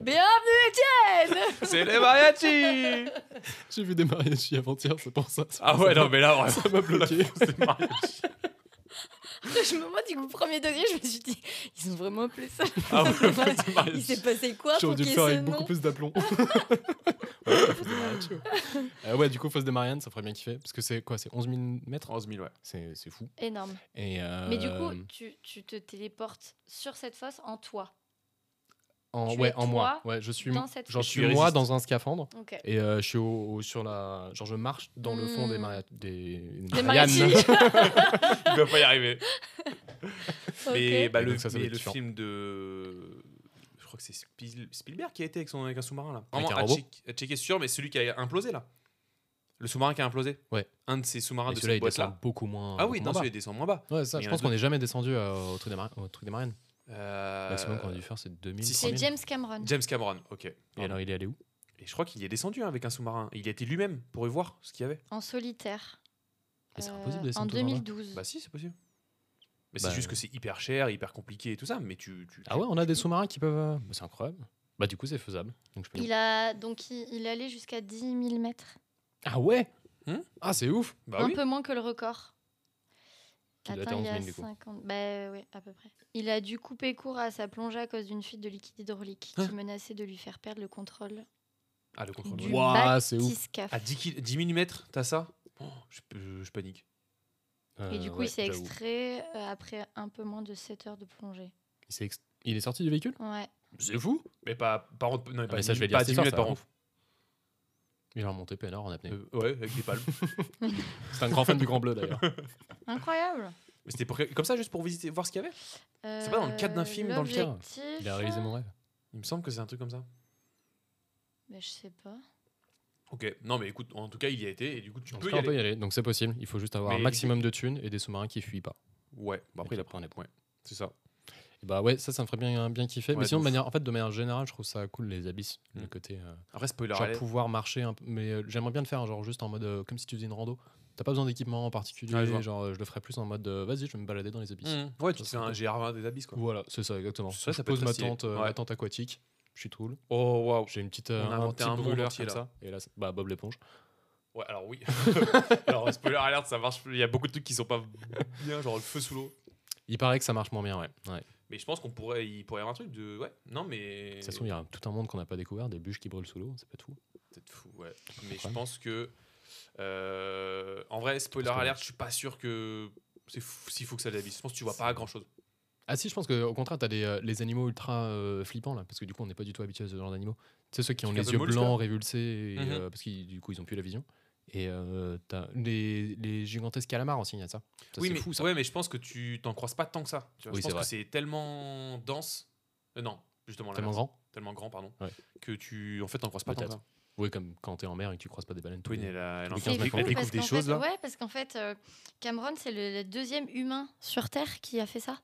B: Bienvenue, Étienne
C: C'est les mariachis.
D: J'ai vu des mariachis avant-hier, c'est pour ça.
C: Ah ouais, non, mais là, Ah vraiment.
D: Ça m'a bloqué.
C: C'est les mariachis.
B: Je me moi du coup premier degré, je me suis dit, ils ont vraiment appelé ça.
C: Ah ouais, le fait des
B: Il s'est
C: mariachis.
B: passé quoi pour
D: J'aurais dû
B: qu'il y
D: le
B: ait
D: faire
B: ce
D: avec
B: nom
D: beaucoup plus d'aplomb. Euh, ouais, du coup, fosse des Mariannes, ça ferait bien kiffer. Parce que c'est quoi C'est 11 000 mètres hein.
C: 11 000, ouais.
D: C'est c'est fou.
B: Énorme.
D: Et, euh,
B: Mais du coup, tu, tu te téléportes sur cette fosse en toi.
D: en,
B: tu
D: ouais,
B: es
D: en moi.
B: toi
D: Ouais, je suis,
B: dans cette
D: genre,
C: fosse.
D: je
C: Tu
D: suis moi
C: résistes.
D: dans un scaphandre.
B: Ok.
D: Et euh, je suis au, au- sur la. Genre, je marche dans le fond des,
B: Mm.
D: maria... des...
B: Des
D: Mariannes.
C: Il va pas y arriver. Mais, bah,
D: Et
C: le,
D: donc ça, ça va
C: mais
D: être
C: le
D: chiant.
C: film de. euh, Je crois que c'est Spiel- Spielberg qui a été avec, son, avec un sous-marin là.
D: Avec
C: Vraiment,
D: un
C: à,
D: robot
C: check- à checker sûr, mais celui qui a implosé là. Le sous-marin qui a implosé.
D: Ouais.
C: Un de ces sous-marins
D: Mais
C: de
D: celui-là,
C: cette
D: il
C: boîte
D: descend
C: là.
D: beaucoup moins.
C: Ah oui,
D: beaucoup
C: non,
D: moins
C: celui-là il descend moins bas.
D: bas. Ouais, ça,
C: il y
D: je
C: en a
D: pense qu'on n'est jamais descendu euh, au truc des Mari- au truc des Mariannes.
C: Euh,
D: Maximum qu'on a dû faire, Bah, c'est 2000.
C: si, si.
B: C'est
D: 3000.
B: James Cameron.
C: James Cameron, ok.
D: Et alors, il est allé où
C: Et je crois qu'il y est descendu hein, avec un sous-marin. Il y était lui-même pour y voir ce qu'il y avait.
B: En solitaire.
D: Mais c'est
B: Euh,
D: impossible de
B: En
D: descendre tout en bas.
B: 2012.
C: Bah si, c'est possible. Mais
D: Bah,
C: c'est juste que c'est hyper cher, hyper compliqué et tout ça. Mais tu. tu-
D: Ah ouais, on a des sous-marins qui peuvent. euh, bah, c'est incroyable. Bah, du coup, c'est faisable. Donc, je peux-
B: Il a donc il, il allait jusqu'à 10 000 mètres.
D: Ah ouais
B: Hmm
C: Hein
D: Ah, c'est ouf
C: Bah
B: un
C: oui.
B: peu moins que le record.
D: Qui doit être
B: Atteint
D: à
B: il y
D: 11
B: a
D: 000 du coup.
B: 50. Bah euh, ouais, à peu près. Il a dû couper court à sa plongée à cause d'une fuite de liquide hydraulique
C: Hein
D: Ah.
B: qui menaçait de lui faire perdre le contrôle
C: Ah, le contrôle.
B: du
D: Ouah, c'est ouf.
B: petit scaph.
C: À 10, kil- 10 mm, t'as ça Oh, je, je- je panique.
B: Et du
D: Euh,
B: coup,
D: ouais,
B: il s'est
D: j'avoue.
B: extrait euh, après un peu moins de 7 heures de plongée.
D: Il s'est ex- Il est sorti du véhicule
B: Ouais.
D: C'est fou
C: Mais pas par an. Non, mais pas,
D: mais ça, je vais
C: pas
D: lire, c'est
C: 10
D: ça,
C: mm
D: ça.
C: par an.
D: Il est remonté peinard en apnée.
C: Euh, ouais, avec des palmes.
D: C'est un grand fan du Grand Bleu d'ailleurs.
B: Incroyable.
C: mais c'était pour- comme ça, juste pour visiter, voir ce qu'il y avait pas dans le cadre d'un film, dans le
B: Euh,
C: cadre
B: l'objectif, Bah,
D: Il a réalisé mon rêve.
C: Il me semble que c'est un truc comme ça.
B: Mais je sais pas.
C: Ok, non, mais écoute, en tout cas, il y a été et du coup, tu
D: En
C: peux
D: tout
C: y
D: cas, on
C: aller.
D: peut y aller, donc c'est possible. Il faut juste avoir
C: Mais
D: un
C: du
D: maximum de thunes et des sous-marins qui fuient pas.
C: Ouais, bah après,
D: Et
C: il a
D: tu
C: pris
D: prends
C: un
D: les
C: points. C'est ça.
D: Et bah ouais, ça, ça me ferait bien, bien kiffer.
C: Ouais,
D: mais sinon,
C: de
D: de
C: ouf.
D: manière, en fait, de manière générale, je trouve ça cool les abysses,
C: Mm.
D: le côté. euh,
C: Après, spoiler
D: genre
C: alert.
D: pouvoir marcher un peu. Mais euh, j'aimerais bien le faire, genre juste en mode. euh, comme si tu faisais une rando. T'as pas besoin d'équipement en particulier.
C: Ouais, je vois.
D: genre, euh, je le ferais plus en mode. euh, Vas-y, je vais me balader dans les abysses.
C: Mmh. Ouais, tu
D: Ça,
C: te
D: c'est
C: fais un
D: cool.
C: GR20 des abysses, quoi.
D: Voilà, c'est ça, exactement.
C: Ça,
D: je
C: ça peut être
D: pose ma
C: stylé.
D: tente, euh,
C: Ouais.
D: ma tente aquatique. Je suis tout
C: Oh, waouh.
D: J'ai une petite euh,
C: On a
D: un
C: inventé
D: petit
C: un monde
D: brûleur
C: entier,
D: comme
C: là.
D: ça. Et là, c'est- bah Bob l'éponge.
C: Ouais, alors oui. alors, spoiler alert, ça marche. Il y a beaucoup de trucs qui sont pas bien, genre le feu sous l'eau.
D: Il paraît que ça marche moins bien, ouais. ouais.
C: Mais je pense qu'on pourrait, il pourrait y avoir un truc de. Ouais, non, mais.
D: De toute façon, il y a tout un monde qu'on n'a pas découvert, des bûches qui brûlent sous l'eau, c'est pas tout.
C: Peut-être fou, ouais. Mais je
D: Ouais.
C: pense que. euh, en vrai, spoiler
D: Parce que-
C: alert, je suis pas sûr que. C'est fou- s'il faut que ça l'abîme. Je pense que tu vois pas grand chose.
D: Ah si, je pense qu'au contraire, t'as les, euh, les animaux ultra euh, flippants là, parce que du coup, on n'est pas du tout habitué à ce genre d'animaux. Tu sais, ceux qui ont
C: Truc un
D: les
C: peu
D: yeux
C: mollusque,
D: blancs, révulsés, et,
C: Mhm.
D: euh, parce qu'ils du coup, ils ont plus la vision. Et euh, t'as les, les gigantesques calamars aussi, il y a ça. Ça,
C: oui,
D: c'est
C: mais,
D: fou, ça.
C: ouais, mais je pense que tu t'en croises pas tant que ça. Tu vois,
D: Oui,
C: je pense
D: c'est
C: que
D: vrai.
C: c'est tellement dense. euh, non, justement,
D: Tellement
C: l'inverse.
D: grand.
C: tellement grand, pardon,
D: Ouais.
C: que tu. En fait, t'en croises pas tant que
D: Peut-être.
C: ça.
D: Oui, comme quand t'es en mer et que tu croises pas des baleines. tous
C: Twin,
D: les-
C: elle, a- elle
D: tous les
C: en fait-
D: quinze
C: elle
D: mètres, on
C: découvre
B: parce
C: des
B: qu'en
C: choses
B: fait,
C: là.
B: Ouais, parce qu'en fait, euh, Cameron, c'est le, le deuxième humain sur Terre qui a fait ça.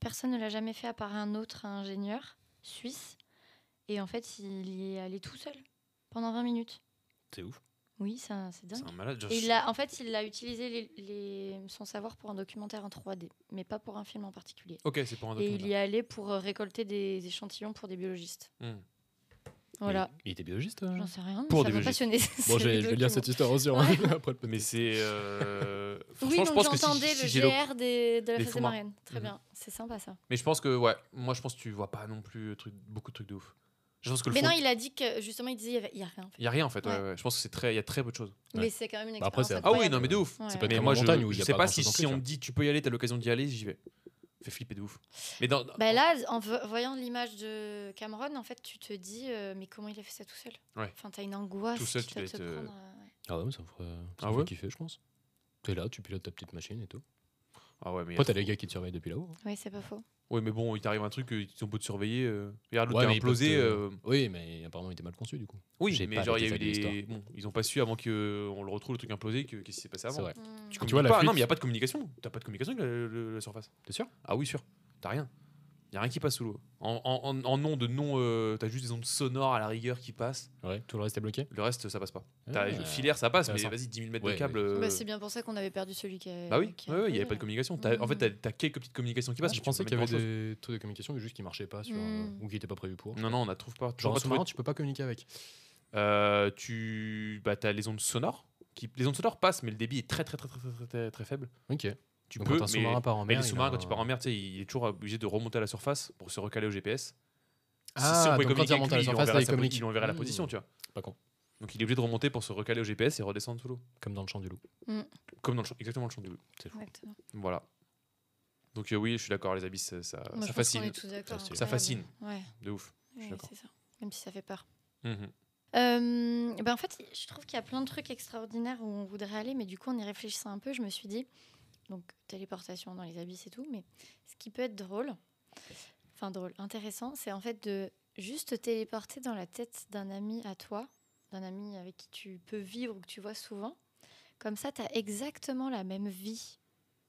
B: Personne ne l'a jamais fait à part un autre ingénieur suisse. Et en fait, il y est allé tout seul pendant 20 minutes.
D: C'est ouf.
B: Oui, ça- c'est dingue.
C: C'est un malade. genre,
B: Et
C: je-
B: il a, en fait, il a utilisé les- les- son savoir pour un documentaire en 3D, mais pas pour un film en particulier.
C: Ok, c'est pour un
B: Et il
C: documentaire.
B: y est allé pour euh, récolter des échantillons pour des biologistes.
C: Hmm.
D: Mais
B: Voilà.
D: Il, il était biologiste. euh
B: J'en sais rien.
D: Pour
B: ça
D: des
B: m'a passionné. ce
D: Bon, je vais, je vais lire
B: document.
D: cette histoire aussi hein, après le
C: Mais
D: podcast.
C: c'est. euh,
B: Oui,
C: Franchement, je
B: donc
C: pense que si-
B: j'entendais
C: si j'ai
B: le
C: l'oc-
B: GR des- de la
C: des
B: face des
C: fonds marins.
B: marraines. Très
C: Mhm.
B: bien, c'est sympa ça.
C: Mais je pense que, ouais, moi je pense que tu vois pas non plus euh, truc- beaucoup de trucs de ouf. Je pense que le
B: Mais
C: fond,
B: non, il a dit que justement, il disait il y avait- il y a rien. en fait.
C: il y a rien en fait. ouais,
B: Ouais.
C: ouais. Je pense que c'est très, il y a très peu de choses.
B: Mais c'est quand même une
D: Bah après,
B: expérience.
D: c'est-
C: Ah oui,
B: incroyable.
C: non mais de ouf.
B: Ouais.
D: C'est pas
C: Mais
D: comme
C: moi
D: en
C: je,
D: montagne où il y
C: je
D: a
C: sais
D: pas
C: pas si,
D: grand-chose non
C: si
D: plus,
C: on
D: tu
C: me
D: vois.
C: dit tu peux y aller, t'as l'occasion d'y aller, j'y vais. Fait flipper de ouf. Mais dans,
B: Bah là, en ve- voyant l'image de Cameron, en fait, tu te dis, euh, mais comment il a fait ça tout seul
C: Ouais.
B: Enfin, t'as une angoisse.
C: Tout seul,
B: qui
C: tu
B: doit
C: dois
B: te
C: être, euh,
B: prendre, euh, ouais.
D: Ah ouais, mais ça me ferait, ça
C: Ah
D: me ferait
C: ouais
D: kiffer, je pense. T'es là, tu pilotes ta petite machine et tout.
C: ah ouais, mais
D: Après, t'as les gars qui te surveillent depuis là-haut. hein.
B: Oui, c'est pas faux.
C: Ouais, mais bon, il t'arrive un truc, euh, ils sont beaux de surveiller. euh. Regarde, l'autre
D: Ouais,
C: qui a
D: mais ils peuvent
C: implosé.
D: te-
C: euh,
D: Oui, mais apparemment, il était mal conçu du coup.
C: Oui,
D: J'ai
C: mais
D: pas
C: genre,
D: les
C: il y a eu
D: détails de
C: des. Bon, ils ont pas su avant qu'on le retrouve, le truc implosé, que- qu'est-ce qui s'est passé avant.
D: C'est vrai.
B: Hmm.
C: Tu,
D: Quand tu
C: vois
D: vois la
C: pas. Non,
D: fuite-
C: mais il n'y a pas de communication. T'as pas de communication avec la, le- la surface.
D: T'es sûr
C: Ah oui, sûr. T'as rien. Il a rien qui passe sous l'eau. En, en, en- en nom de non, euh, t'as juste des ondes sonores à la rigueur qui passent.
D: Ouais, tout le reste est bloqué.
C: Le reste, ça passe pas. T'as
D: Ah.
C: le filaire, ça passe, mais
D: Intéressant.
C: vas-y, 10 000 mètres de
D: Ouais,
C: câble.
D: ouais.
C: euh,
B: Bah, c'est bien pour ça qu'on avait perdu celui qui a.
C: bah oui,
B: qui
C: il
B: a
C: n'y
B: implosé,
C: avait pas de
B: ouais.
C: communication. T'as- En fait,
B: Mhm.
C: t'as t'as quelques petites communications qui
D: Ah,
C: passent. mais
D: je
C: tu peux
D: pensais
C: mettre
D: qu'il y avait
C: grand-chose.
D: des trucs de communication mais juste qui marchaient pas sur, euh,
B: Mm.
D: ou qui n'étaient pas prévus pour.
C: Non, non, on la trouve pas. Toujours
D: Genre
C: pas
D: en
C: trouvé.
D: sous-marin, tu peux pas communiquer avec.
C: Euh, tu bah, as les ondes sonores. Qui... Les ondes sonores passent, mais le débit est très très très très très, très, très faible.
D: Ok.
C: Tu
D: Donc,
C: peux,
D: quand un
C: mais,
D: sous-marin part en
C: mais
D: mer.
C: les
D: il a
C: sous-marins, quand
D: un-
C: ils partent en mer, tu sais, il est toujours obligé de remonter à la surface pour se recaler au GPS. Si-
D: Ah,
C: si on
D: donc
C: pouvait
D: quand ils
C: communiquer
D: remontent
C: avec
D: à
C: lui,
D: la
C: il
D: surface,
C: enverrait
D: là, ils
C: sa poli-
D: communiquent.
C: il enverrait la
D: Mm.
C: position, tu vois.
D: Pas con.
C: Donc il est obligé de remonter pour se recaler au GPS et redescendre sous l'eau.
D: Comme dans le champ du loup.
C: Comme dans le champ- exactement le champ du loup.
B: Exactement.
C: Voilà. Donc euh, oui, je suis d'accord, les abysses, ça, ça,
B: Moi,
C: Ah, ça
B: je pense qu'on est
C: fascine.
B: tous d'accord, hein,
D: Ça, c'est-
C: Ça
B: incroyable.
C: fascine,
B: Ouais,
C: de ouf. Je suis
B: ouais,
C: d'accord.
B: c'est ça. Même si ça fait peur.
C: Mhm.
B: Euh, ben en fait, je trouve qu'il y a plein de trucs extraordinaires où on voudrait aller, mais du coup, en y réfléchissant un peu, je me suis dit, donc téléportation dans les abysses et tout, mais ce qui peut être drôle, enfin drôle, intéressant, c'est en fait de juste te téléporter dans la tête d'un ami à toi, d'un ami avec qui tu peux vivre ou que tu vois souvent. Comme ça, tu as exactement la même vie,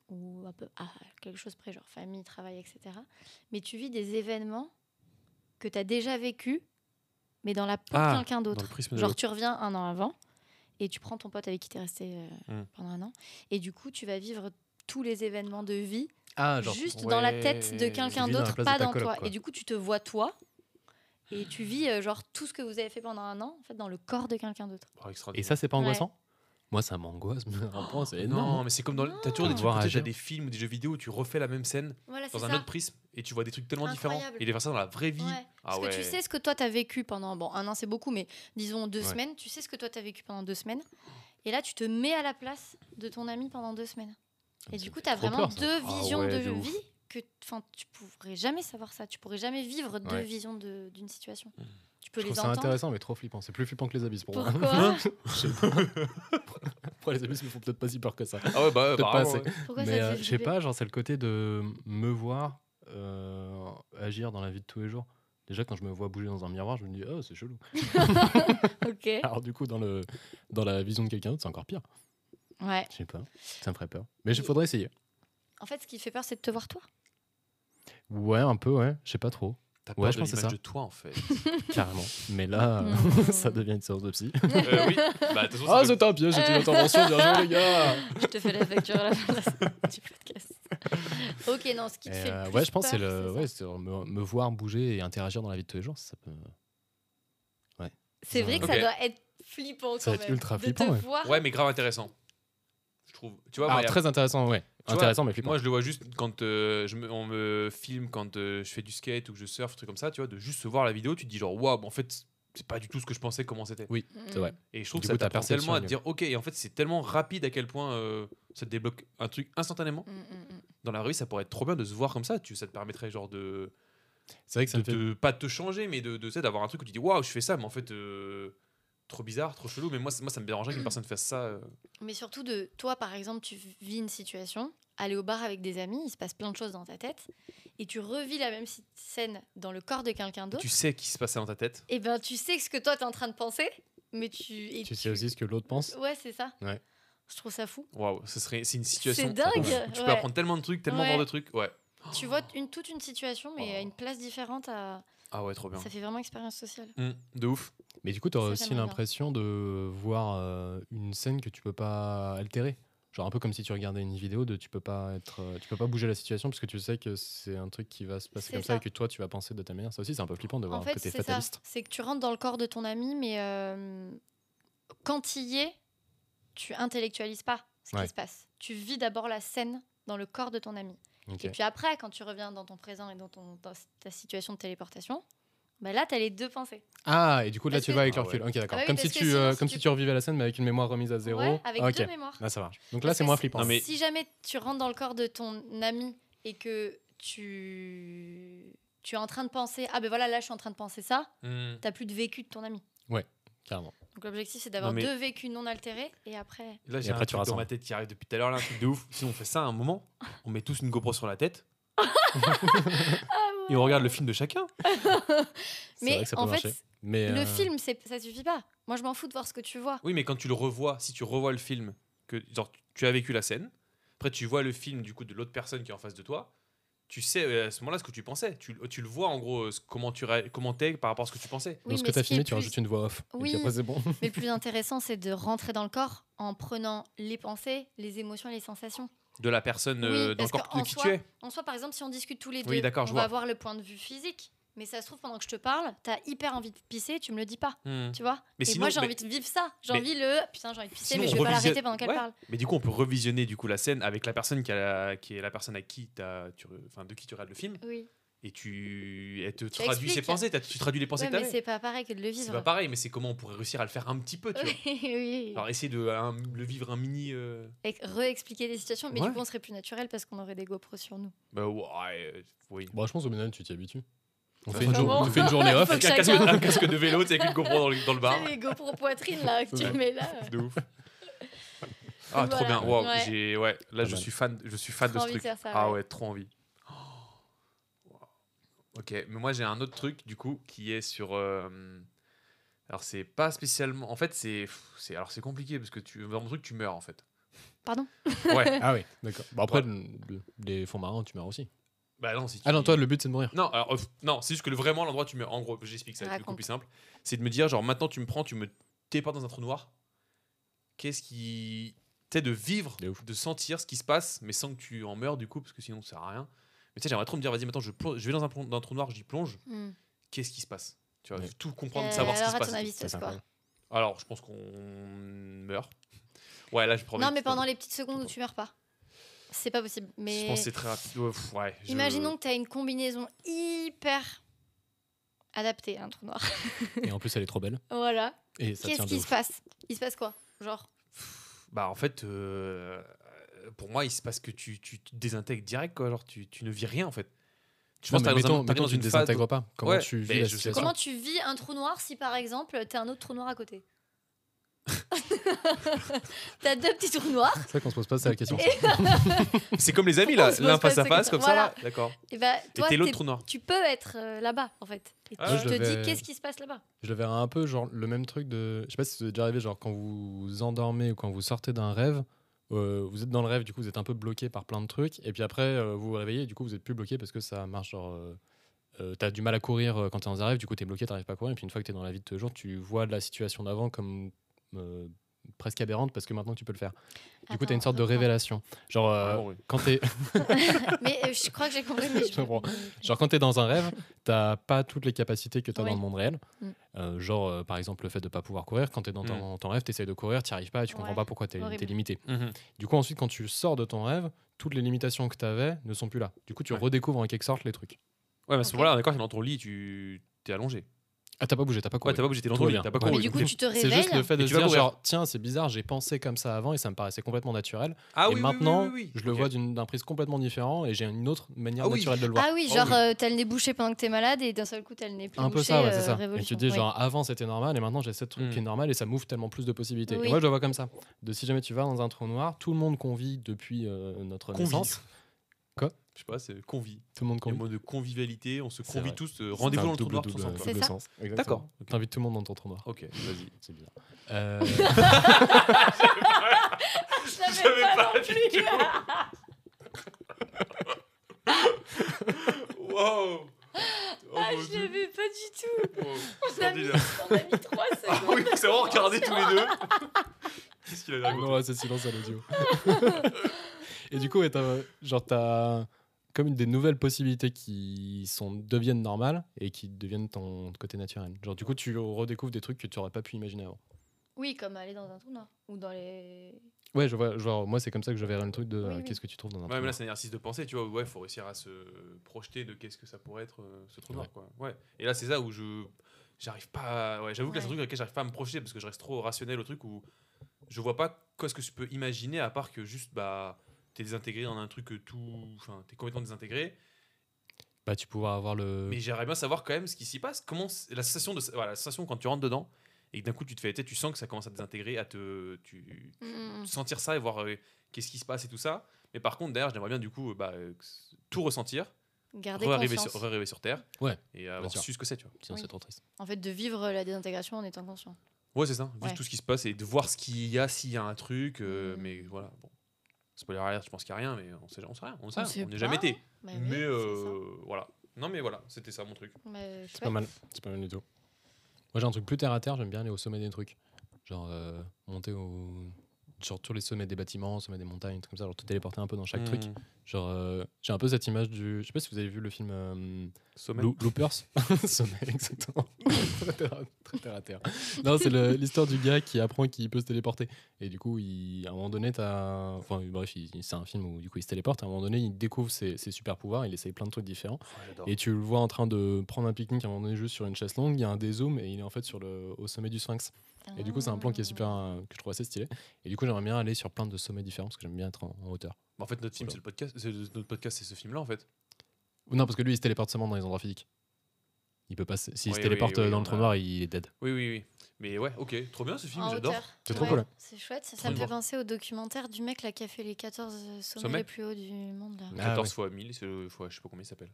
B: ou un peu à quelque chose près, genre famille, travail, etc. Mais tu vis des événements que tu as déjà vécu, mais dans la peau
C: Ah,
B: de quelqu'un
C: Dans
B: d'autre.
C: le prisme de
B: Genre, tu reviens un an avant et tu prends ton pote avec qui t'es resté euh,
D: Hmm.
C: Mm.
B: pendant un an. Et du coup, tu vas vivre tous les événements de vie
D: Ah,
B: juste dans la tête de
C: ouais,
B: quelqu'un
D: tu vis dans la
B: d'autre,
D: place de
B: pas
D: ta
B: dans
D: coloc,
B: toi.
D: quoi.
B: Et du coup, tu te vois toi et tu vis euh, genre tout ce que vous avez fait pendant un an en fait dans le corps de quelqu'un d'autre.
C: Oh, extraordinaire.
D: Et ça, c'est pas
B: Ouais.
D: angoissant Moi, ça m'angoisse, mais un point, c'est
C: Oh, non,
D: énorme.
C: mais c'est comme dans. T'as toujours des
D: Non.
C: trucs,
D: Voir
C: peut-être, t'as
D: agir.
C: des films ou des jeux vidéo où tu refais la même scène
B: Voilà, c'est
C: dans
B: ça.
C: un autre prisme et tu vois des trucs tellement différents.
B: Incroyable.
C: Et de faire ça dans la vraie vie.
B: Ouais.
C: Ah
B: Parce que
C: ouais.
B: tu sais ce que toi t'as vécu pendant bon un an c'est beaucoup mais disons deux
D: Ouais.
B: semaines tu sais ce que toi t'as vécu pendant deux semaines et là tu te mets à la place de ton ami pendant deux semaines et
D: ça
B: du
D: me
B: coup
D: fait
B: t'as
D: trop
B: vraiment
D: peur, ça.
B: deux
C: Ah
B: visions
C: ouais, de
B: de
C: ouf.
B: vie que enfin tu pourrais jamais savoir ça tu pourrais jamais vivre deux
D: Ouais. Mm.
B: visions de- d'une situation tu peux
D: Je
B: les
D: trouve ça
B: entendre
D: intéressant, mais trop flippant. C'est plus flippant que les abysses pour moi.
B: pourquoi
D: Je sais pas. Après, les abysses me font peut-être pas si peur que ça.
C: Ah ouais, bah,
D: Peut-être pas
C: apparemment,
D: assez.
C: ouais.
B: pourquoi
D: mais
B: ça
D: euh,
B: te fait
D: je sais
B: flipper
D: pas, genre c'est le côté de me voir euh, agir dans la vie de tous les jours. Déjà, quand je me vois bouger dans un miroir, je me dis, oh, c'est chelou.
B: Ok.
D: Alors, du coup, dans, le, dans la vision de quelqu'un d'autre, c'est encore pire.
B: Ouais.
D: Je sais pas. Ça me ferait peur. Mais il faudrait essayer.
B: En fait, ce qui fait peur, c'est de te voir toi.
D: Ouais, un peu, ouais. Je sais pas trop.
C: T'as
D: Ouais,
C: peur
D: je
C: de
D: pense que c'est
C: l'image
D: ça.
C: de toi en fait.
D: Carrément. Mais là,
B: Mm.
D: ça devient une séance de psy.
C: Euh, oui. Bah, de toute façon,
D: Ah,
C: c'est
D: c'était un piège, c'était une intervention. Bien joué, les gars.
B: Je te fais la facture à la fin de- du podcast. ok, non, ce qui
D: Et,
B: te fait le
D: euh,
B: plus
D: ouais, je pense que c'est
B: peur,
D: le.
B: ça.
D: Ouais, c'est me, me voir bouger et interagir dans la vie de tous les gens. Ça peut...
B: C'est vrai que
C: Ok.
B: ça doit être flippant quand
D: Ça va être
B: même,
D: ultra
B: de
D: flippant,
B: te
D: ouais.
B: voir.
C: Ouais, mais grave intéressant. Je trouve. Tu vois,
D: Ah,
C: moi, y a-
D: très intéressant, ouais.
C: tu vois,
D: intéressant, mais flippant.
C: Moi, je le vois juste quand euh, je me- on me filme, quand euh, je fais du skate ou que je surfe, truc comme ça, tu vois, de juste se voir la vidéo, tu te dis genre, waouh, en fait, c'est pas du tout ce que je pensais, comment c'était.
B: Mm,
D: c'est vrai.
C: Et je trouve
D: Du
C: que ça
D: coup, ta
C: t'apprend
D: perception,
C: tellement à
D: elle
C: te
D: est-
C: dire, ok, et en fait, c'est tellement rapide à quel point euh, ça te débloque un truc instantanément.
B: Mm, mm, mm.
C: Dans la rue, ça pourrait être trop bien de se voir comme ça, tu, ça te permettrait genre de.
D: C'est vrai que ça
C: de
D: me fait.
C: te- pas de te changer, mais de, de, tu sais, d'avoir un truc où tu dis, waouh, je fais ça, mais en fait, euh, trop bizarre, trop chelou, mais moi, c'est- moi ça me dérangerait qu'une
B: Mm.
C: personne fasse ça. euh.
B: Mais surtout de toi, par exemple, tu vis une situation, aller au bar avec des amis, il se passe plein de choses dans ta tête, et tu revis la même si- scène dans le corps de quelqu'un d'autre.
C: Tu sais qui se passait dans ta tête.
B: Et ben, tu sais ce que toi t'es en train de penser, mais tu. et
D: Tu sais aussi ce que l'autre pense.
B: Ouais, c'est ça.
D: Ouais.
B: Je trouve ça fou.
C: Waouh, ce serait c'est une situation.
B: C'est dingue.
C: Tu peux
B: ouais.
C: apprendre tellement de trucs, tellement
B: Ouais.
C: voir de trucs. Ouais.
B: Tu vois une, toute une situation, mais
D: Oh.
B: à une place différente. à-
C: Ah ouais, trop bien.
B: Ça fait vraiment expérience sociale.
C: Hmm, de ouf.
D: Mais du coup, t'auras
B: Ça,
D: aussi
B: j'aimerais bien.
D: l'impression de voir euh, une scène que tu peux pas altérer. Genre un peu comme si tu regardais une vidéo de tu peux pas être euh, tu peux pas bouger la situation parce que tu sais que c'est un truc qui va se passer
B: C'est
D: comme ça.
B: ça.
D: et que toi tu vas penser de ta manière. Ça aussi c'est un peu flippant de voir
B: En fait,
D: que t'es
B: c'est ça.
D: fataliste.
B: C'est que tu rentres dans le corps de ton ami, mais euh, quand il y est, tu intellectualises pas ce
D: Ouais.
B: qui se passe. Tu vis d'abord la scène dans le corps de ton ami.
D: Ok.
B: Et puis après, quand tu reviens dans ton présent et dans, ton, dans ta situation de téléportation, bah là, tu as les deux pensées.
D: Ah et du coup là
B: Parce
D: tu
B: que-
D: vas avec le
C: Ah ouais.
D: recul. Ok d'accord.
B: Ah oui,
D: comme si
B: parce que
D: tu
B: sinon,
D: euh,
B: si
D: comme
B: tu-
D: si tu revivais la scène mais avec une mémoire remise à zéro.
B: Ouais, avec
D: Ah, ok.
B: deux mémoires.
D: Là ça marche. Donc là
B: Parce
D: c'est
B: que
D: moins
B: si-
D: flippant.
C: Non, mais-
B: Si jamais tu rentres dans le corps de ton ami et que tu tu es en train de penser ah ben voilà là je suis en train de penser ça,
C: Hmm.
B: t'as plus de vécu de ton ami.
D: Carrément.
B: Donc l'objectif c'est d'avoir
C: Non, mais-
B: deux vécus non altérés et après
C: Là, j'ai un
D: après,
C: truc
D: tu
C: dans
D: rassembles.
C: ma tête qui arrive depuis tout à l'heure, là, un truc de ouf. Si on fait ça à un moment, on met tous une GoPro sur la tête.
B: Ah
C: Et on regarde le film de chacun.
D: C'est
B: Mais
D: vrai que ça peut
B: en fait,
D: marcher. Mais
B: le
D: euh,
B: film c'est ça suffit pas. Moi je m'en fous de voir ce que tu vois.
C: Oui, mais quand tu le revois, si tu revois le film, que genre, tu as vécu la scène, après tu vois le film du coup de l'autre personne qui est en face de toi, tu sais euh, à ce moment-là ce que tu pensais. Tu, tu le vois en gros euh, ce- comment tu ré- comment t'es par rapport à ce que tu pensais.
B: Oui,
D: dans ce
B: mais
D: que t'as
B: ce qui est
D: filmé tu
B: plus-
D: rajoutes une voix off. Et
B: Oui.
D: puis après c'est bon.
B: Mais le plus intéressant c'est de rentrer dans le corps en prenant les pensées, les émotions, et les sensations.
C: De la personne
B: Oui,
C: euh, dans le
B: parce
C: corps
B: qu'en
C: de qui
B: soi-
C: tu es.
B: En soi par exemple si on discute tous les deux,
C: Oui, d'accord,
B: on
C: je
B: va
C: vois.
B: avoir le point de vue physique. Mais ça se trouve pendant que je te parle, t'as hyper envie de pisser, tu me le dis pas.
C: Hmm.
B: Tu vois
C: Mais
B: Et
C: sinon-
B: moi, j'ai
C: mais-
B: envie de vivre ça. J'ai
C: mais-
B: envie le. Putain, j'ai envie de pisser,
C: Sinon,
B: mais
C: on
B: je vais pas
C: revisionne-
B: l'arrêter pendant qu'elle
C: Ouais.
B: parle.
C: Mais du coup, on peut revisionner du coup la scène avec la personne qui, a la- qui est la personne à qui t'as- tu, re- enfin, de qui tu regardes le film
B: Oui.
C: et tu elle te
B: Tu
C: traduis ses
B: expliques.
C: pensées, t'as- tu traduis les pensées que
B: mais
C: t'avais.
B: c'est pas pareil que de le vivre.
C: C'est pas pareil, mais c'est comment on pourrait réussir à le faire un petit peu, tu vois.
B: Oui, oui.
C: Alors essayer de euh, un- le vivre un mini. euh,
B: Et Réexpliquer des situations, mais
C: Ouais.
B: du coup, on serait plus naturel parce qu'on aurait des GoPros sur nous.
C: bah, ouais, euh, oui.
D: Bon je pense au final tu t'y habitues. On
C: Ça
D: fait une
C: va.
D: jour- on fait une journée off.
B: Faut
C: Avec
B: que
C: un casque,
B: chacun-
C: un casque de vélo, tu sais, avec une GoPro dans le, dans le bar.
B: C'est les GoPros poitrine, là, que tu
C: Bah, Ouais.
B: mets là.
C: De ouf. Ah, trop
B: Voilà.
C: bien. Waouh,
B: Ouais.
C: j'ai ouais, là
D: Pas
C: je
D: mal.
C: suis fan, je suis fan
B: Trop
C: de ce
B: envie de
C: truc.
B: faire ça,
C: ah
B: ouais.
C: ouais, trop envie. Oh. Waouh. OK, mais moi j'ai un autre truc du coup qui est sur euh, alors c'est pas spécialement en fait c'est pff, c'est alors c'est compliqué parce que tu dans le truc tu meurs en fait.
B: Pardon
C: Ouais.
D: Ah oui, d'accord. Bah après, le- les fonds marins, tu meurs aussi.
C: bah non, si tu
D: Ah non, toi, le but, c'est de mourir.
C: Non, alors, euh, non, c'est juste que le- vraiment l'endroit tu meurs en gros, j'explique ça, c'est beaucoup
B: Raconte.
C: plus simple. C'est de me dire genre maintenant tu me prends, tu me téléportes dans un trou noir. Qu'est-ce qui tu sais de vivre,
D: De ouf.
C: de sentir ce qui se passe mais sans que tu en meures du coup parce que sinon ça sert à rien. Mais tu sais j'aimerais trop me dire vas-y maintenant je plonge- je vais dans un, plon- dans un trou noir, j'y plonge,
B: Hmm.
C: qu'est-ce qui se passe Tu vois,
D: Ouais.
C: tout comprendre,
B: Euh,
C: savoir
B: alors,
C: ce
B: à
C: qui se
B: ton
C: passe.
B: avis,
D: Ça,
B: c'est
D: c'est
B: quoi
D: incroyable.
C: Alors, je pense qu'on meurt. Ouais, là je prends
B: Non, mais pendant les petites secondes où tu meurs pas. C'est pas possible.
C: Je
B: Mais
C: pense que c'est très rapide. Ouais, pff, ouais, je-
B: imaginons que tu as une combinaison hyper adaptée à un trou noir.
D: Et en plus, elle est trop belle.
B: voilà.
D: Et ça
B: Qu'est-ce
D: tient
B: qui
D: de
B: se
D: ouf.
B: passe Il se passe quoi Genre,
C: Bah en fait, euh, pour moi, il se passe que tu, tu, tu te désintègres direct, quoi. Genre, tu, tu ne vis rien en fait.
D: Non,
C: Je pense que
D: mais
C: t'arrives dans,
D: mettons,
C: un- t'arrives
D: mettons
C: dans
D: tu
C: une
D: te
C: phase.
D: désintègres pas. Comment
C: Ouais,
D: tu
C: mais
D: vis la
C: je sais
D: situation
B: comment tu vis un trou noir si par exemple t'as un autre trou noir à côté T'as deux petits trous noirs.
D: C'est vrai qu'on se pose pas ça la question.
C: C'est comme les amis, là,
B: On se pose
C: l'un
B: pas
C: face à
B: ces
C: face, comme ça,
B: questions.
C: là. D'accord.
B: Et bah,
C: Et
B: toi,
C: t'es l'autre
B: t'es-
C: trou noir.
B: tu peux être euh, là-bas, en fait. Et
C: Ah,
B: tu te
D: je vais-
B: dis qu'est-ce qui se passe là-bas.
D: Je le verrais un peu, genre le même truc de. Je sais pas si c'est déjà arrivé, genre quand vous vous endormez ou quand vous sortez d'un rêve, euh, vous êtes dans le rêve, du coup vous êtes un peu bloqué par plein de trucs, et puis après euh, vous vous réveillez, et du coup vous êtes plus bloqué parce que ça marche, genre. euh, euh, t'as du mal à courir euh, quand t'es dans un rêve, du coup t'es bloqué, t'arrives pas à courir, et puis une fois que t'es dans la vie de tous les jours, tu vois la situation d'avant comme euh, presque aberrante parce que maintenant tu peux le faire. Du coup t'as une sorte de
B: Attends, attends.
D: révélation. Genre euh,
C: Vraiment, oui.
D: quand t'es.
B: Mais euh, je crois que j'ai compris. Mais je...
D: Je comprends. Genre quand t'es dans un rêve, t'as pas toutes les capacités que t'as
B: Oui.
D: dans le monde réel.
B: Mm.
D: Euh, genre euh, par exemple le fait de pas pouvoir courir, quand t'es dans
C: Mm.
D: ton, ton rêve, t'essayes de courir, t'y arrives pas et tu comprends
B: Ouais,
D: pas pourquoi t'es
B: horrible.
D: t'es limité.
C: Mhm.
D: Du coup ensuite quand tu sors de ton rêve, toutes les limitations que t'avais ne sont plus là. Du coup tu
C: Ouais.
D: redécouvres en quelque sorte les trucs.
C: Ouais, mais à ce
B: Ok.
C: moment-là, d'accord, t'es dans ton lit, tu t'es allongé.
D: Ah t'as pas bougé, t'as pas
C: Ouais,
D: couru.
C: t'as pas bougé, t'es dans
D: Tout
C: ton
D: va
C: lit,
D: bien.
C: t'as pas
D: Ouais.
B: Mais
C: couru.
B: du coup, tu te
D: c'est
B: réveilles.
D: juste le fait
C: Et
D: de
C: tu
D: se
C: vas
D: dire
C: courir.
D: genre tiens c'est bizarre j'ai pensé comme ça avant et ça me paraissait complètement naturel
C: Ah
D: et
C: oui, oui, oui,
D: maintenant
C: oui, oui, oui.
D: je le
C: Ok.
D: vois d'une- d'un prisme complètement différent et j'ai une autre manière
C: Ah oui.
D: naturelle de le voir
B: Ah oui,
C: Oh
B: genre
C: oui.
B: euh, t'as le nez bouché pendant que t'es malade et d'un seul coup t'as le nez plus
D: un peu
B: bouché,
D: ça, ouais,
B: euh,
D: c'est ça. Et tu
B: révolution.
D: te dis,
B: Oui.
D: genre, avant c'était normal et maintenant j'ai cette truc
C: Mm.
D: qui est normal et ça m'ouvre tellement plus de possibilités.
B: Oui.
D: Et moi, je le vois comme ça. De si jamais tu vas dans un trou noir, tout le monde qu'on vit depuis euh, notre
C: Convie.
D: naissance,
C: Je sais pas, c'est convie.
D: tout le monde
C: Il y a
D: qu'on
C: un mot de convivialité, on se
D: C'est
C: convie
D: vrai.
C: tous. euh, Rendez-vous dans le trou noir tous ensemble.
B: C'est ça.
C: D'accord.
D: T'invites tout le monde dans ton trou noir. Euh,
C: Ok, vas-y.
D: C'est bizarre.
B: Je l'avais
C: savais
B: pas
C: pas
B: non
C: du
B: plus.
C: Wow Oh,
B: Ah, je l'avais pas du tout. On a mis,
C: Extraordinaire.
B: on a mis trois
C: Ah
B: secondes.
C: oui, c'est vraiment regardé tous les deux. Qu'est-ce qu'il a
D: Ah
C: derrière
D: non, ouais, c'est silence à l'audio. et du coup, ouais, t'as- genre, t'as comme une des nouvelles possibilités qui sont, deviennent normales et qui deviennent ton côté naturel. Genre, du coup, tu redécouvres des trucs que tu aurais pas pu imaginer avant.
B: Oui, comme aller dans un trou noir ou dans les.
D: Ouais, je vois, genre, moi, c'est comme ça que je verrais le truc de
B: Oui,
D: euh,
B: oui.
D: qu'est-ce que tu trouves dans un
C: Ouais,
D: trou
C: mais là,
D: noir.
C: c'est un exercice de pensée, tu vois. Ouais, faut réussir à se projeter de qu'est-ce que ça pourrait être euh, ce trou noir,
D: Ouais.
C: quoi. Ouais. Et là, c'est ça où je. J'arrive pas. à- Ouais, j'avoue que là, c'est un
B: Ouais.
C: truc dans lequel j'arrive pas à me projeter parce que je reste trop rationnel au truc où je vois pas quoi ce que je peux imaginer à part que juste, bah, t'es désintégré dans un truc que tout. Enfin, t'es complètement désintégré.
D: Bah, tu pourras avoir le.
C: Mais j'aimerais bien savoir quand même ce qui s'y passe. Comment. c'est- La sensation, de... voilà, la sensation quand tu rentres dedans et que d'un coup, tu te fais la tête, tu sens que ça commence à te désintégrer, à te. Tu
B: Mm. Mmh.
C: sentir ça et voir euh, qu'est-ce qui se passe et tout ça. Mais par contre, derrière, j'aimerais bien du coup euh, bah, euh, que s- tout ressentir,
B: Garder
C: re-arriver
B: conscience.
C: sur, re-arriver sur Terre
D: Ouais.
C: et avoir
D: sûr.
C: su ce que c'est, tu vois.
D: Sinon,
B: Oui.
D: c'est trop triste.
B: En fait, de vivre la désintégration en étant conscient.
C: Ouais, c'est ça. Vivre
B: Ouais.
C: tout ce qui se passe et de voir ce qu'il y a, s'il y a un truc. euh,
B: Mm.
C: Mais voilà, bon. Spoiler alert, je pense qu'il n'y a rien, mais on sait, on sait rien. On sait
B: On
C: rien,
B: sait
C: on n'est jamais
B: pas,
C: été.
B: Bah oui,
C: Mais
B: c'est
C: euh, voilà. Non, mais voilà, c'était ça mon truc.
B: ça. Mais, je sais
D: C'est pas mal. C'est pas mal du tout. Moi, j'ai un truc plus terre à terre. J'aime bien aller au sommet des trucs. Genre, euh, monter au. Sur tous les sommets des bâtiments, sommet des montagnes, trucs comme ça. Genre, te téléporter un peu dans chaque truc.
C: Mm.
D: Genre, euh, j'ai un peu cette image du. Je sais pas si vous avez vu le film euh,
C: Sommet.
D: Lou- Loopers. sommet, exactement. Très terre à- Très terre à terre. Non, c'est le- l'histoire du gars qui apprend qu'il peut se téléporter. Et du coup, il, à un moment donné, t'as. Enfin, bref, il- c'est un film où du coup, il se téléporte. À un moment donné, il découvre ses, ses super pouvoirs, il essaye plein de trucs différents.
C: Oh, j'adore.
D: Et tu le vois en train de prendre un pique-nique à un moment donné juste sur une chaise longue, il y a un dézoom et il est en fait sur le, au sommet du Sphinx.
B: pas.
D: Et du coup, c'est un plan
B: Ah.
D: qui est super, euh, que je trouve assez stylé. Et du coup, j'aimerais bien aller sur plein de sommets différents parce que j'aime bien être en, en hauteur.
C: Bah, en fait, notre film,
D: Oula.
C: c'est le podcast. c'est- Notre podcast, c'est ce film-là, en fait.
D: Non, parce que lui, il se téléporte seulement dans les endroits physiques. Il peut pas. se- S'il
C: Oui,
D: se
C: oui,
D: téléporte
C: oui,
D: euh, dans
C: on
D: le trou
C: a-
D: noir, il est dead.
C: Oui, oui, oui. Mais ouais, ok, trop bien ce film,
B: En
C: j'adore.
B: hauteur.
D: C'est trop
B: Ouais,
D: cool.
B: C'est chouette. Ça,
C: Trop
B: ça me
C: bien.
B: fait penser au documentaire du mec là qui a fait les 14 sommets,
C: Sommets
B: les plus hauts du monde là.
D: Ah,
C: 14
D: ouais.
C: fois 1000, c'est- fois, je sais pas combien il s'appelle.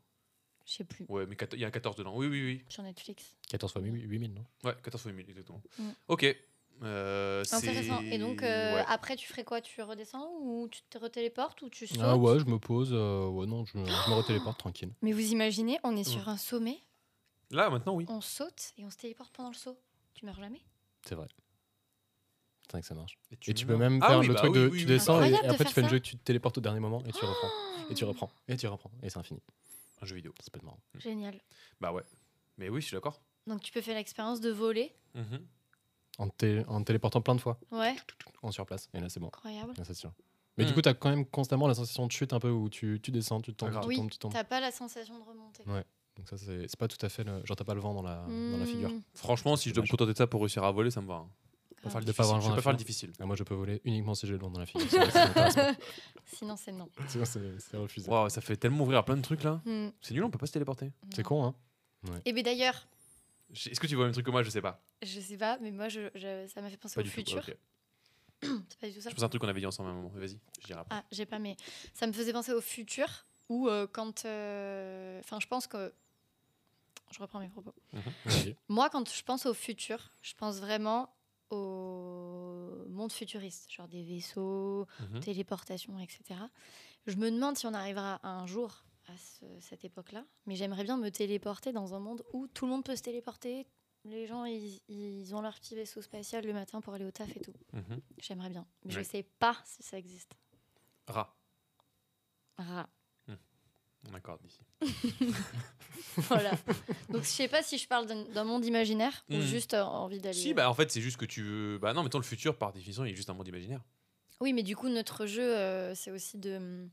B: Je sais plus.
C: Ouais, mais 14 il y a un 14 dedans. Oui, oui, oui.
B: Sur Netflix.
D: 14 fois 8000, non
C: Ouais, 14 fois 1000, exactement.
B: Mm.
C: Ok. Euh, c'est-
B: Intéressant. Et donc euh,
C: ouais.
B: après, tu ferais quoi Tu redescends ou tu te retéléportes ou tu sautes
D: Ah ouais, je me pose. euh, ouais, non, je, je me retéléporte tranquille.
B: Mais vous imaginez, on est sur un sommet,
C: Là, maintenant, oui.
B: on saute et on se téléporte pendant le saut. Tu meurs jamais
D: C'est vrai. Putain, que ça marche.
C: tu,
D: Et tu
C: meurs.
D: peux même
C: Ah
D: faire
C: oui,
D: le
C: bah
D: truc
C: oui,
D: de.
C: oui,
D: tu
C: oui.
D: descends et,
B: Incroyable
D: et
B: de
D: après, tu
B: faire
D: fais une
B: ça.
D: jeu que tu te téléportes au dernier moment et tu reprends. Et tu reprends. Et tu reprends. Et c'est infini.
C: Un jeu vidéo.
D: C'est pas de marrant.
B: Génial.
C: Bah ouais. Mais oui, je suis d'accord.
B: Donc tu peux faire l'expérience de voler.
C: Mhm.
D: En, te télé- en te téléportant plein de fois,
B: Ouais,
D: en surplace. Et là, c'est bon.
B: incroyable.
D: Là, c'est sûr. Mais
C: Mm.
D: du coup, t'as quand même constamment la sensation de chute un peu où tu, tu descends, tu tombes,
C: Ah, grave.
D: tu
B: Oui,
D: tombes, tu tombes.
B: T'as pas la sensation de remonter.
D: Ouais, Donc ça, c'est c'est pas tout à fait le. Genre, t'as pas le vent dans la, dans la figure.
B: Hmm.
C: Franchement, si je dois me
D: Dommage.
C: contenter de ça pour réussir à voler, ça me va. hein.
B: Ah.
C: Pas faire le
D: De pas avoir
C: difficile. Je
D: le
C: vais pas faire le
D: vent
C: difficile.
D: Ah, moi, je peux voler uniquement si j'ai le vent dans la figure. sinon, ça m'intéresse pas.
B: Sinon, c'est non.
D: Sinon, c'est c'est refusé.
C: Waouh, ça fait tellement ouvrir à plein de trucs là.
B: Hmm.
C: C'est nul, on peut pas se téléporter.
D: C'est con, hein
B: Et bien d'ailleurs,
C: J- Est-ce que tu vois le même truc que moi Je sais pas.
B: je sais pas, mais moi, je, je- ça m'a fait penser
C: Pas
B: au
C: du
B: futur.
C: tout. Ok.
B: C'est pas du tout ça.
C: Je pense à un truc qu'on avait dit ensemble à un moment. Vas-y, je dirai après.
B: Ah, j'ai pas, mais ça me faisait penser au futur où euh, quand. euh, Enfin, je pense que. Je reprends mes propos.
D: Vas-y.
B: Moi, quand je pense au futur, je pense vraiment au monde futuriste, genre des vaisseaux,
D: Ah.
C: Mhm.
B: téléportation, etc. Je me demande si on arrivera un jour à ce- cette époque-là, mais j'aimerais bien me téléporter dans un monde où tout le monde peut se téléporter. Les gens, ils, ils ont leur petit vaisseau spatial le matin pour aller au taf et tout.
C: Mhm.
B: J'aimerais bien. Mais
C: Ouais.
B: je sais pas si ça existe.
C: Rat,
B: Rah.
C: on accorde ici.
B: Voilà. Donc je sais pas si je parle d'un d'un monde imaginaire ou
C: Mhm.
B: juste euh, envie d'aller.
C: Si, bah en fait, c'est juste que tu veux. Bah non, mettons le futur, par définition, il est juste un monde imaginaire.
B: Oui, mais du coup notre jeu euh, c'est aussi de hum,